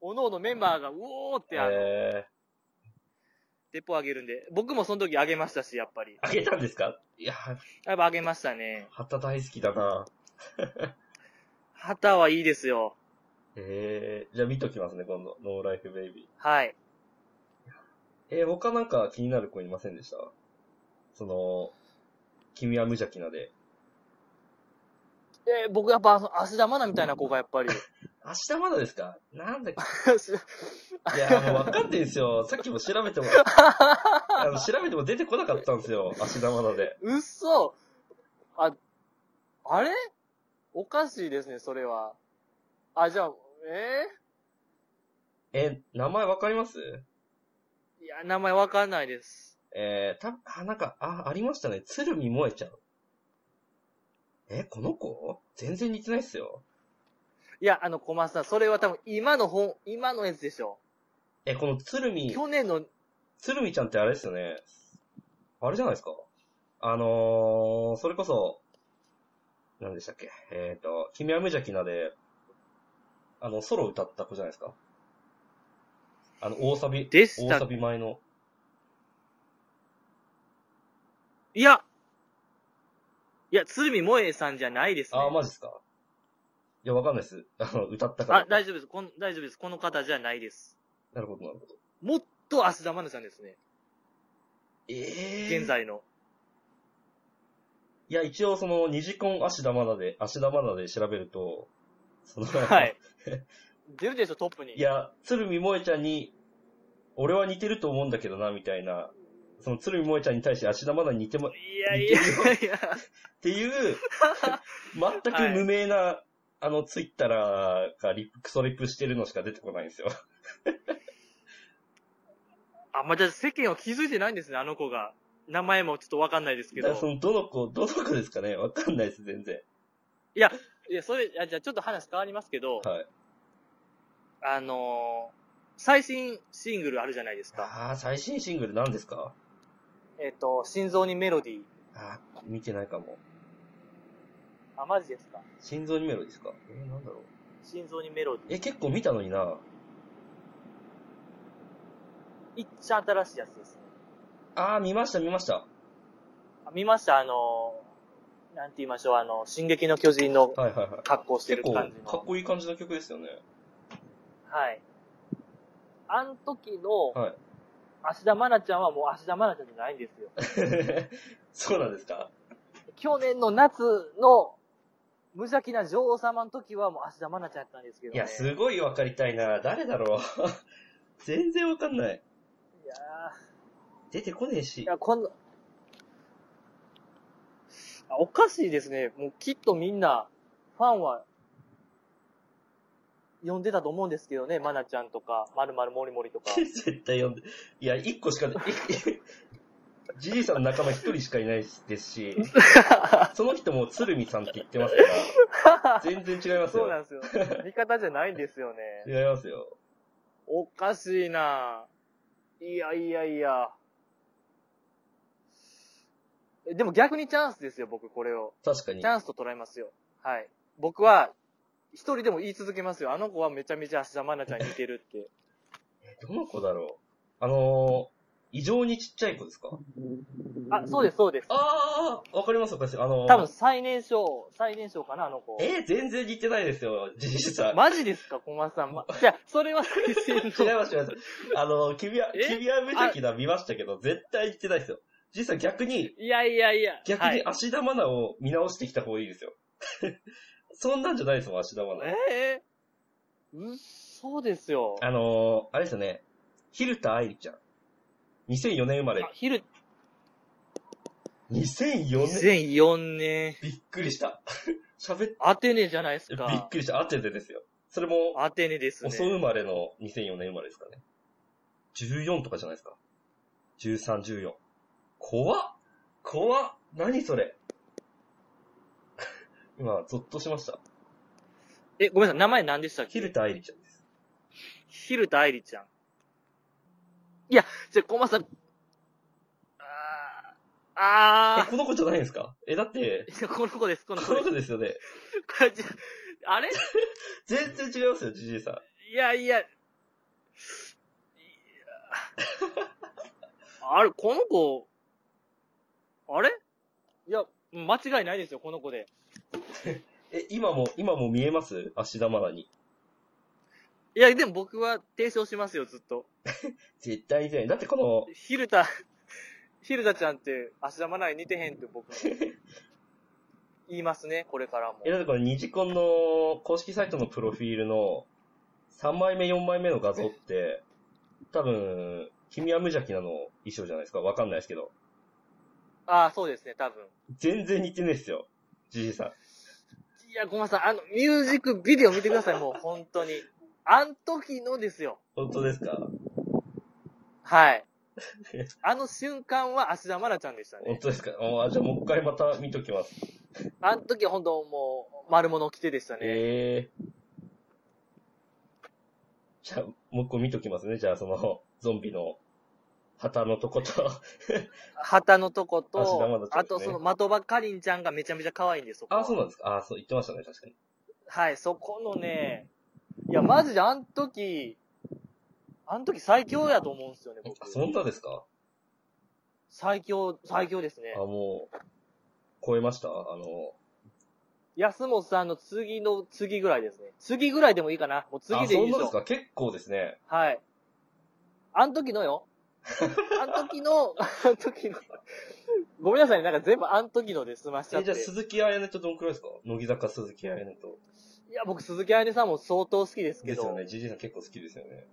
Speaker 2: おのおのメンバーがうおーっ
Speaker 3: ー。
Speaker 2: てあの、
Speaker 3: え
Speaker 2: 鉄砲上げるんで、僕もその時上げましたし、やっぱり。
Speaker 3: ー、あげたんですかいやー、
Speaker 2: やっぱ上げましたね。
Speaker 3: 旗大好きだな
Speaker 2: は旗はいいですよ。
Speaker 3: えー、じゃあ見ときますね、今度。ノーライフベイビ
Speaker 2: はい。
Speaker 3: ー。えー、他なんか気になる子いませんでしたその、君は無邪気なで。
Speaker 2: で、僕やっぱ、あの芦田愛菜みたいな子がやっぱり。 <laughs>
Speaker 3: 明日まだですかなんだっ
Speaker 2: は
Speaker 3: けいや、もうわかんないんですよ。さっきも調べても、あの、調べても出てこなかったんですよ。明日まだで。
Speaker 2: うっそあ、あれおかしいですね、それは。あ、じゃあ、え
Speaker 3: え、名前わかります
Speaker 2: ーいや、名前わかんないです。
Speaker 3: えー、た、あ、なんか、あ、ありましたね。鶴見萌えちゃん。え、この子全然似てないっすよ。
Speaker 2: いや、あの、小松さん、それは多分今の本、今のやつでしょ。
Speaker 3: え、この鶴見、
Speaker 2: 去年の、
Speaker 3: 鶴見ちゃんってあれですよね。あれじゃないですか。あのー、それこそ、何でしたっけ。えっ、と、君は無邪気なで、あの、ソロ歌った子じゃないですか。あの、大サビ、
Speaker 2: でし
Speaker 3: 大
Speaker 2: た
Speaker 3: サ。ビ前の。
Speaker 2: いや、いや、鶴見萌えさんじゃないですね。
Speaker 3: あー、マジっすか。いや、わかんないっす。 <laughs> あの、歌ったから。
Speaker 2: あ、大丈夫です。この、大丈夫です。この方じゃないです。
Speaker 3: なるほど、なるほど。
Speaker 2: もっと芦田愛菜さんですね。
Speaker 3: ええ
Speaker 2: 現在の。
Speaker 3: いや、一応その、二次婚足玉なで、足玉なで調べると、その、 <laughs>
Speaker 2: はい。出るでしょ、トップに。
Speaker 3: いや、鶴見萌えちゃんに、俺は似てると思うんだけどな、みたいな、その鶴見萌えちゃんに対して足玉なで似ても、っ
Speaker 2: いやいやいや。
Speaker 3: て <laughs> いう、全く無名な、あの、ツイッターがリプクソリプしてるのしか出てこないんですよ。
Speaker 2: あ、まあ、じゃあ世間は気づいてないんですね、あの子が。名前もちょっとわかんないですけ
Speaker 3: だ
Speaker 2: ど
Speaker 3: から。その、どの子、どの子ですかねわかんないです、全然。
Speaker 2: いや、それ、あじゃあちょっと話変わりますけど、
Speaker 3: はい。
Speaker 2: あのー最新シングルあるじゃないですか。
Speaker 3: あー、最新シングル何ですか
Speaker 2: えっ、と、心臓にメロディー。
Speaker 3: あー、見てないかも。
Speaker 2: あ、マジですか
Speaker 3: 心臓にメロディーですかえー、なんだろう。
Speaker 2: 心臓にメロディー。
Speaker 3: え、結構見たのにな。
Speaker 2: いっちゃ新しいやつですね。
Speaker 3: あー、見ました、見ました。
Speaker 2: あ見ましたあのーなんて言いましょう、あの、進撃の巨人の
Speaker 3: はいはいはい。
Speaker 2: 格好して
Speaker 3: 結
Speaker 2: る
Speaker 3: 構、
Speaker 2: 感
Speaker 3: か
Speaker 2: じの。
Speaker 3: っこいい感じの曲ですよね。 <laughs>
Speaker 2: はい。あの時の、
Speaker 3: はい
Speaker 2: 芦田愛菜ちゃんはもう芦田愛菜ちゃんじゃないんですよ。
Speaker 3: そうなんですか
Speaker 2: 去年の夏の無邪気な女王様の時はもう芦田愛菜ちゃんやったんですけど、
Speaker 3: い
Speaker 2: ね。
Speaker 3: や、すごいわかりたいな。誰だろう。 <laughs> 全然わかんない。
Speaker 2: いや
Speaker 3: 出てこねえ
Speaker 2: ーい
Speaker 3: し。
Speaker 2: や、こんな、あおかしいですね。もうきっとみんな、ファンは、呼んでたと思うんですけどね、愛菜ちゃんとか、まるまるもりもりとか。
Speaker 3: <laughs> 絶対読んで。いや、一個しか、 <laughs> じじいさんの仲間一人しかいないです
Speaker 2: <laughs>
Speaker 3: し、その人も鶴見さんって言ってますから、全然違いま
Speaker 2: <laughs>
Speaker 3: す
Speaker 2: そう
Speaker 3: よ。
Speaker 2: なんですよ。味方じゃないんですよね。 <laughs>
Speaker 3: 違いますよ。
Speaker 2: おかしいなぁいやいやいや。えでも逆にチャンスですよ、僕これを。
Speaker 3: 確か
Speaker 2: チ
Speaker 3: に。
Speaker 2: ャンスと捉えますよ。はい。僕は、一人でも言い続けますよ。あの子はめちゃめちゃ芦田愛菜ちゃんに似てるって。
Speaker 3: どの子だろう。あのー、異常にちっちゃい子ですか
Speaker 2: あ、そうです、そうです。
Speaker 3: ああ、わかりますわかります。あのー、
Speaker 2: 多分最年少、最年少かな、あの子。
Speaker 3: えー全然似てないですよ、じじいさん。
Speaker 2: マジですか、小松さん。
Speaker 3: <laughs>
Speaker 2: ま、いや、それは最
Speaker 3: 違い <laughs>
Speaker 2: 新
Speaker 3: ます、違い
Speaker 2: の。
Speaker 3: ます。あの、君は、
Speaker 2: え
Speaker 3: 君は無邪気な見ましたけど、絶対似てないですよ。実は逆に、
Speaker 2: いやいやいや。
Speaker 3: 逆
Speaker 2: は
Speaker 3: に
Speaker 2: い、
Speaker 3: 足田愛菜を見直してきた方がいいですよ。 <laughs> そんなんじゃないですもん、足田愛菜。
Speaker 2: えー、うそうですよ。
Speaker 3: あのー、あれですよね。蛭田愛理ちゃん。2004年生まれ
Speaker 2: あ。昼、
Speaker 3: 2004年
Speaker 2: 2004年。
Speaker 3: びっくりした。 <laughs> 喋っ、
Speaker 2: アテネじゃないです
Speaker 3: び
Speaker 2: か。
Speaker 3: っくりした。アテネですよ。それも、
Speaker 2: アテネですね。
Speaker 3: 遅生まれの2004年生まれですかね。14とかじゃないですか。13、14。怖っ怖っ何それ <laughs> 今、ゾッとしました。
Speaker 2: え、ごめんなさい、名前何でしたっけ
Speaker 3: ヒルタ愛理ちゃんです。
Speaker 2: ヒルタ愛理ちゃん。いや、じゃあ、コマさん。あー
Speaker 3: え、
Speaker 2: あ
Speaker 3: この子じゃないんですかえ、だって、
Speaker 2: ー。いや、この子です、この子
Speaker 3: この
Speaker 2: です。
Speaker 3: 子ですよね。
Speaker 2: これじゃあれ
Speaker 3: 全然違いますよ、じじいさん。
Speaker 2: いやいや。いやあれ、この子、あれいや、間違いないですよ、この子で。
Speaker 3: え、今も、今も見えます足玉らに。
Speaker 2: いや、でも僕は提唱しますよ、ずっと。
Speaker 3: 絶対に出ない。だってこの、
Speaker 2: ヒル <laughs> タ、ヒルタちゃんって芦田愛菜に似てへんって僕も言いますね、これからも
Speaker 3: え、。だってこのニジコンの公式サイトのプロフィールの3枚目、4枚目の画像って、多分、君は無邪気なの衣装じゃないですか。わかんないですけど。
Speaker 2: ああ、そうですね、多分。
Speaker 3: 全然似てないですよ。じじさん。
Speaker 2: いや、ごめんなさい、あの、ミュージックビデオ見てください、もう、本当に。あん時のですよ。
Speaker 3: 本当ですか
Speaker 2: はい。あの瞬間は芦田愛菜ちゃんでした
Speaker 3: 本
Speaker 2: ね。
Speaker 3: 当ですかあじゃあもう一回また見ときます。
Speaker 2: あの時は本当もう、丸物着てでしたね。
Speaker 3: ええじゃあ、もう一個見ときますね。じゃあ、その、ゾンビの旗のとこと。 <laughs>
Speaker 2: 旗のとこ
Speaker 3: 芦田愛菜ちゃんで
Speaker 2: と
Speaker 3: す、ね
Speaker 2: あとその的場かりんちゃんがめちゃめちゃ可愛いんです、そこは
Speaker 3: あ、そうなんですかあ、そう言ってましたね、確かに。
Speaker 2: はい、そこのね、いや、マジであん時、あん時最強やと思うんですよね、僕
Speaker 3: あ、。そんなですか
Speaker 2: 最強、最強ですね
Speaker 3: あ、。もう、超えましたあの、
Speaker 2: 安本さんの次の次ぐらいですね。次ぐらいでもいいかな。もう次でいい
Speaker 3: あ、
Speaker 2: で
Speaker 3: そんな
Speaker 2: し
Speaker 3: です
Speaker 2: ょ。
Speaker 3: か結構ですね。
Speaker 2: はい。あん時の
Speaker 3: <laughs>
Speaker 2: よ。あん時の、あん時の。ごめんなさいね、なんか全部あん時ので済ましちゃっ
Speaker 3: え、
Speaker 2: て。
Speaker 3: じゃあ、
Speaker 2: い
Speaker 3: 鈴木彩音とどんくらいですか乃木坂鈴木彩音と。
Speaker 2: や、僕、鈴木愛音さんも相当好きですけ
Speaker 3: です
Speaker 2: ど、
Speaker 3: よね。ジジさん結構好きですよね。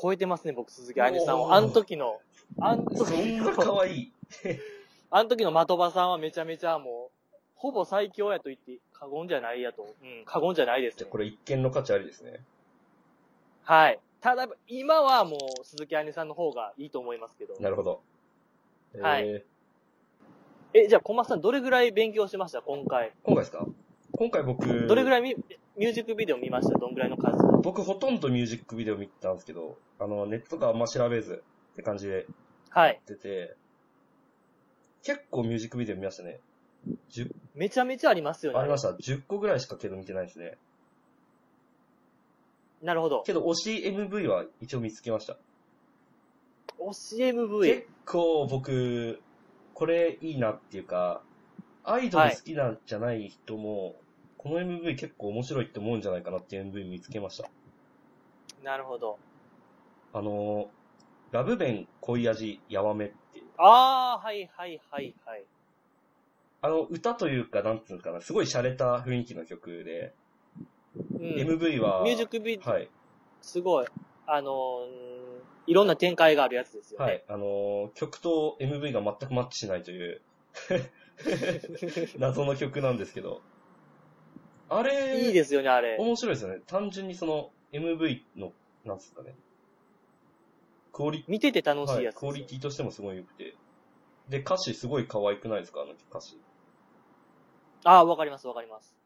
Speaker 2: 超えてますね、僕、鈴木愛音さん
Speaker 3: お
Speaker 2: を。
Speaker 3: ー
Speaker 2: あん時の、あん
Speaker 3: そ
Speaker 2: 時
Speaker 3: んな
Speaker 2: の。
Speaker 3: 可愛い。
Speaker 2: あの時の的場さんはめちゃめちゃもう、ほぼ最強やと言って過言じゃないやと。うん、過言じゃないです
Speaker 3: じゃ
Speaker 2: ね
Speaker 3: あ、。これ一見の価値ありですね。
Speaker 2: はい。ただ、今はもう鈴木愛音さんの方がいいと思いますけど。
Speaker 3: なるほど。
Speaker 2: はい
Speaker 3: えー
Speaker 2: え、じゃあ、小松さんどれぐらい勉強しました今回。
Speaker 3: 今回ですか今回僕、
Speaker 2: どれぐらいミミュージックビデオ見ましたどんぐらいの数
Speaker 3: 僕ほとんどミュージックビデオ見てたんですけど、あの、ネットとかあんま調べずって感じで
Speaker 2: はい。
Speaker 3: 出て、結構ミュージックビデオ見ましたね。10、
Speaker 2: めちゃめちゃありますよね。
Speaker 3: ありました。10個ぐらいしかけど見てないですね。
Speaker 2: なるほど。
Speaker 3: けど、推し MV は一応見つけました。
Speaker 2: 推し MV
Speaker 3: 結。構僕、これいいなっていうか、アイドル好きなんじゃない人も、この MV 結構面白いって思うんじゃないかなっていう MV 見つけました。
Speaker 2: なるほど。
Speaker 3: あの、ラブベン恋味やわめっていう。
Speaker 2: あー、はいはいはいはい。
Speaker 3: あの、歌というか、なんつうのかな、すごい洒落た雰囲気の曲で、
Speaker 2: うん。
Speaker 3: MV は、
Speaker 2: ミュージックビデオ、
Speaker 3: はい、
Speaker 2: すごい。あのー、いろんな展開があるやつですよね。
Speaker 3: はい、あのー曲と MV が全くマッチしないという、
Speaker 2: <laughs>
Speaker 3: <laughs> 謎の曲なんですけど、あれ、
Speaker 2: いいですよね、あれ。
Speaker 3: 面白いですよね。単純にその、MV の、なんつうかね、クオリテ
Speaker 2: 見てて楽
Speaker 3: ィ、
Speaker 2: しい
Speaker 3: は
Speaker 2: や
Speaker 3: い、
Speaker 2: つ、
Speaker 3: クオリティとしてもすごい良くて、で、歌詞すごい可愛くないですかあの歌詞。
Speaker 2: ああ、わかります、わかります。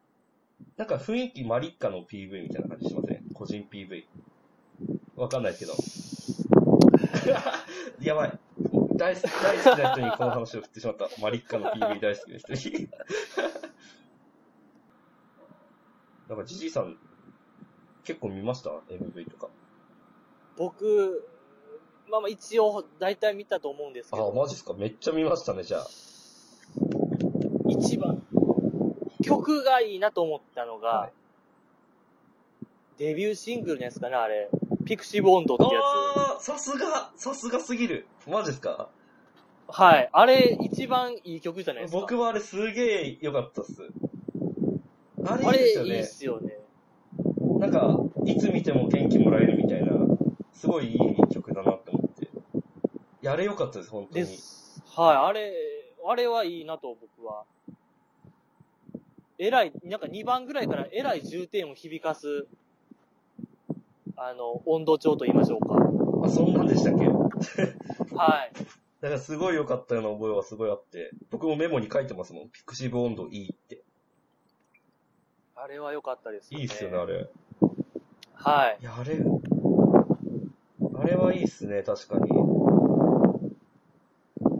Speaker 3: なんか雰囲気マリッカの PV みたいな感じしません個人 PV。わかんないですけど。 <laughs> やばい。大好き、大好きな人にこの話を振ってしまった。マリッカの PV 大好きな人に。 <laughs> なんかジジイさん、結構見ました ?MV とか。
Speaker 2: 僕、まあまあ一応、大体見たと思うんですけ
Speaker 3: あ、
Speaker 2: ど、
Speaker 3: マジっすかめっちゃ見ましたね、じゃあ。
Speaker 2: 一番、曲がいいなと思ったのが、
Speaker 3: はい
Speaker 2: デビューシングルのやつかな、あれ。ピクシーボンドってやつ。
Speaker 3: あー、さすが、さすがすぎる。マジっすか
Speaker 2: はい。あれ、一番いい曲じゃないですか。
Speaker 3: 僕はあれすげえ良かったっす。あれい
Speaker 2: あ
Speaker 3: い
Speaker 2: れ、
Speaker 3: で
Speaker 2: い
Speaker 3: すよね。
Speaker 2: いっすよね。
Speaker 3: なんか、いつ見ても元気もらえるみたいな、すごいいい曲だなって思って。いや、あれ良かったです、本当
Speaker 2: で
Speaker 3: に。
Speaker 2: す。はい。あれ、あれはいいなと、僕は。えらい、なんか2番ぐらいからえらい重点を響かす、あの、温度調と言いましょうか。
Speaker 3: あ、そんなんでしたっけだか
Speaker 2: はい。
Speaker 3: らすごい良かったような覚えはすごいあって、僕もメモに書いてますもん。ピクシブ温度いいって。
Speaker 2: あれは良かったです
Speaker 3: いいっすよね、あれ。
Speaker 2: はい。
Speaker 3: いや、あれ、あれはいいっすね、確かに。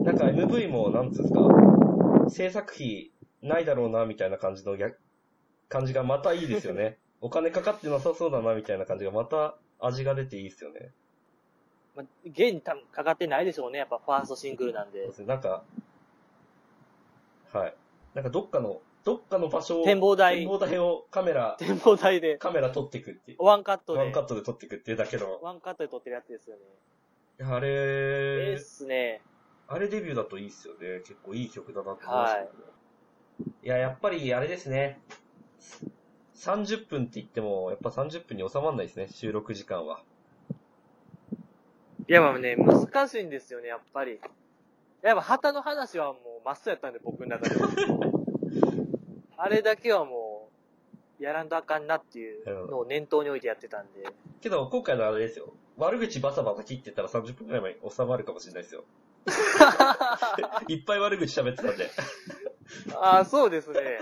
Speaker 3: なんか MV も、なんつうんですか、制作費ないだろうな、みたいな感じのや、感じがまたいいですよ
Speaker 2: <laughs>
Speaker 3: ね。お金かかってなさそうだな、みたいな感じがまた味が出ていいっすよね。
Speaker 2: まあ、現に多分かかってないでしょうね。やっぱファーストシングルなんで。
Speaker 3: なんか、はい。なんかどっかの、どっかの場所を、
Speaker 2: 展望台
Speaker 3: 展望台をカメラ、
Speaker 2: 展望台で、
Speaker 3: カメラ撮ってくっていう。
Speaker 2: ワンカットで、
Speaker 3: ワンカットで撮ってくっていうだけの。
Speaker 2: ワンカットで撮ってるやつですよね。
Speaker 3: あ
Speaker 2: ええ
Speaker 3: れ
Speaker 2: っ、すね。
Speaker 3: あれデビューだといいっすよね。結構いい曲だなって思いました
Speaker 2: は
Speaker 3: ね
Speaker 2: い。
Speaker 3: いや、やっぱりあれですね。30分って言っても、やっぱ30分に収まらないですね、収録時間は。
Speaker 2: いや、まあね、難しいんですよね、やっぱり。やっぱ、旗の話はもう、マストやったんで、僕の <laughs> 中では。あれだけはもう、やらんとあかんなっていうのを念頭に置いてやってたんで。
Speaker 3: けど、今回のあれですよ。悪口バサバサ切ってたら30分くらい前に収まるかもしれないですよ。いっぱい悪口喋ってたんで。
Speaker 2: ああ、そうですね。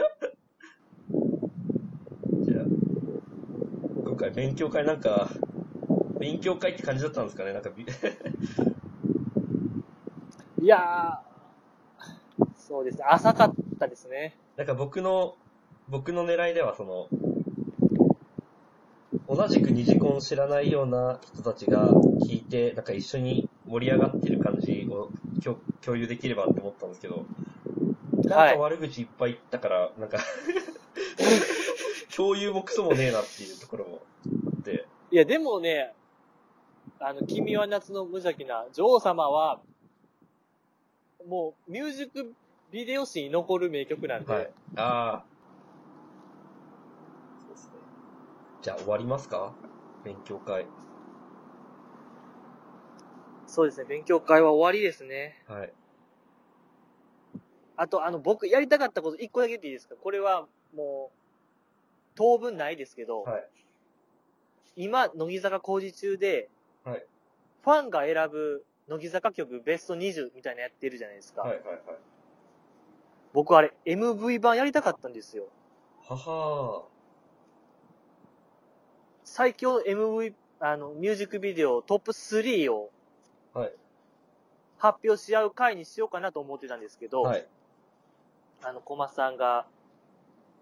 Speaker 3: じゃあ、今回勉強会なんか、勉強会って感じだったんですかねなんかび、
Speaker 2: いやー、そうですね。浅かったですね。
Speaker 3: なんか僕の、僕の狙いではその、同じく二次コン知らないような人たちが聞いて、なんか一緒に盛り上がってる感じを共共有できればって思ったんですけど、な
Speaker 2: は
Speaker 3: ん
Speaker 2: い
Speaker 3: か悪口いっぱい言ったから、なんか、共有もクソもねえなっていうところもあって、
Speaker 2: いや、でもね、あの、君は夏の無邪気な女王様は、もう、ミュージックビデオ史に残る名曲なんで、
Speaker 3: はい。ああ。そうですね。じゃあ終わりますか勉強会。
Speaker 2: そうですね、勉強会は終わりですね。
Speaker 3: はい。
Speaker 2: あと、あの、僕、やりたかったこと、一個だけ言っていいですかこれは、もう、当分ないですけど、
Speaker 3: はい
Speaker 2: 今、乃木坂工事中で、
Speaker 3: はい
Speaker 2: ファンが選ぶ乃木坂曲ベスト20みたいなやってるじゃないですか。
Speaker 3: はいはいはい。
Speaker 2: 僕、あれ、MV 版やりたかったんですよ。
Speaker 3: ははー。
Speaker 2: 最強の MV、あの、ミュージックビデオトップ3を、
Speaker 3: はい
Speaker 2: 発表し合う回にしようかなと思ってたんですけど、
Speaker 3: はい。
Speaker 2: あの、小松さんが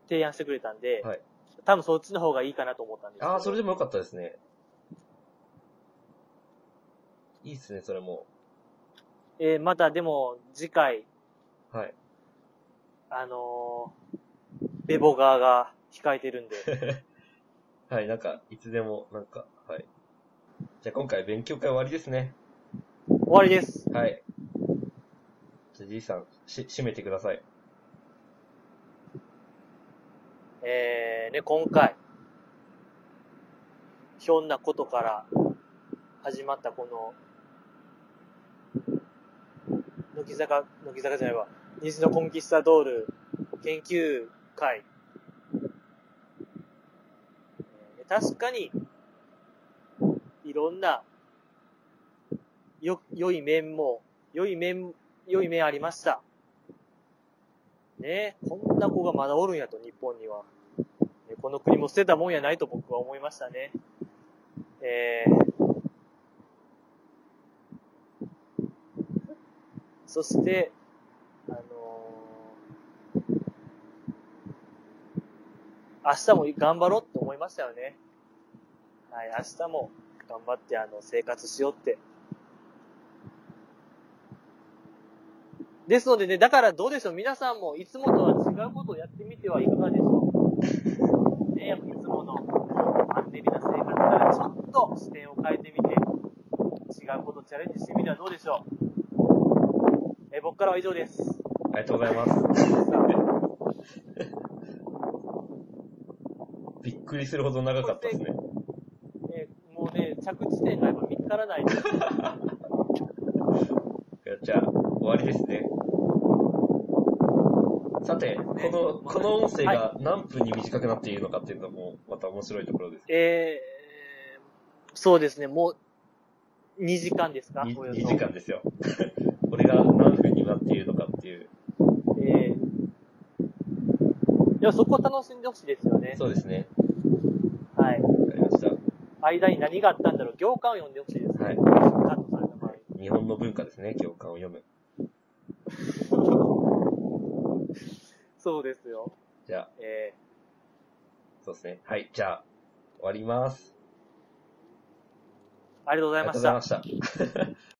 Speaker 2: 提案してくれたんで、
Speaker 3: はい
Speaker 2: 多分そっちの方がいいかなと思ったんですけど。
Speaker 3: ああ、それでもよかったですね。いいっすね、それも。
Speaker 2: えーまたでも次回、
Speaker 3: はい。
Speaker 2: あのーベボ側が控えてるんで、
Speaker 3: はい、なんか、いつでも、なんか、はい。じゃあ今回勉強会終わりですね。
Speaker 2: 終わりです。
Speaker 3: はい。じゃあじいさん、し、締めてください。
Speaker 2: えー、ね、今回、ひょんなことから始まったこの、乃木坂、乃木坂じゃないわ、西のコンキスタドール研究会。えー確かに、いろんな、よ、良い面も、良い面、良い面ありました。ねえ、こんな子がまだおるんやと、日本には。ねこの国も捨てたもんやないと僕は思いましたね。えー、そして、あのー明日も頑張ろうって思いましたよね。はい、明日も頑張ってあの生活しようって。ですのでね、だからどうでしょう、皆さんもいつもとは違うことをやってみてはいかがでしょう。ね、やっぱいつものマンネリな生活からちょっと視点を変えてみて、違うことをチャレンジしてみてはどうでしょう。え僕からは以上です。
Speaker 3: ありがとうございます。びっくりするほど長かったですね。
Speaker 2: えもうね、着地点がやっぱ見つからないです。
Speaker 3: じゃあ、終わりですね。さて、こ <laughs> の、この音声が何分に短くなっているのかっていうのも、また面白いところです。
Speaker 2: <laughs> えー、そうですね、もう2時間ですか、
Speaker 3: に
Speaker 2: およそ
Speaker 3: 2時間ですよ。 <laughs> これが何分になっているのかっていう。
Speaker 2: えー、いや、そこを楽しんでほしいですよね。
Speaker 3: そうですね。
Speaker 2: はい。
Speaker 3: わかりました。
Speaker 2: 間に何があったんだろう、行間を読んでほしいですね。
Speaker 3: はい
Speaker 2: カットされた場合。
Speaker 3: 日本の文化ですね、行間を読む。
Speaker 2: そうですよ。
Speaker 3: じゃあ、
Speaker 2: え
Speaker 3: そうですね。はい、じゃあ、終わります。
Speaker 2: ー、ありがとうご
Speaker 3: あ
Speaker 2: ざい
Speaker 3: りが
Speaker 2: ま
Speaker 3: とう
Speaker 2: し
Speaker 3: ござい
Speaker 2: た
Speaker 3: ま。した。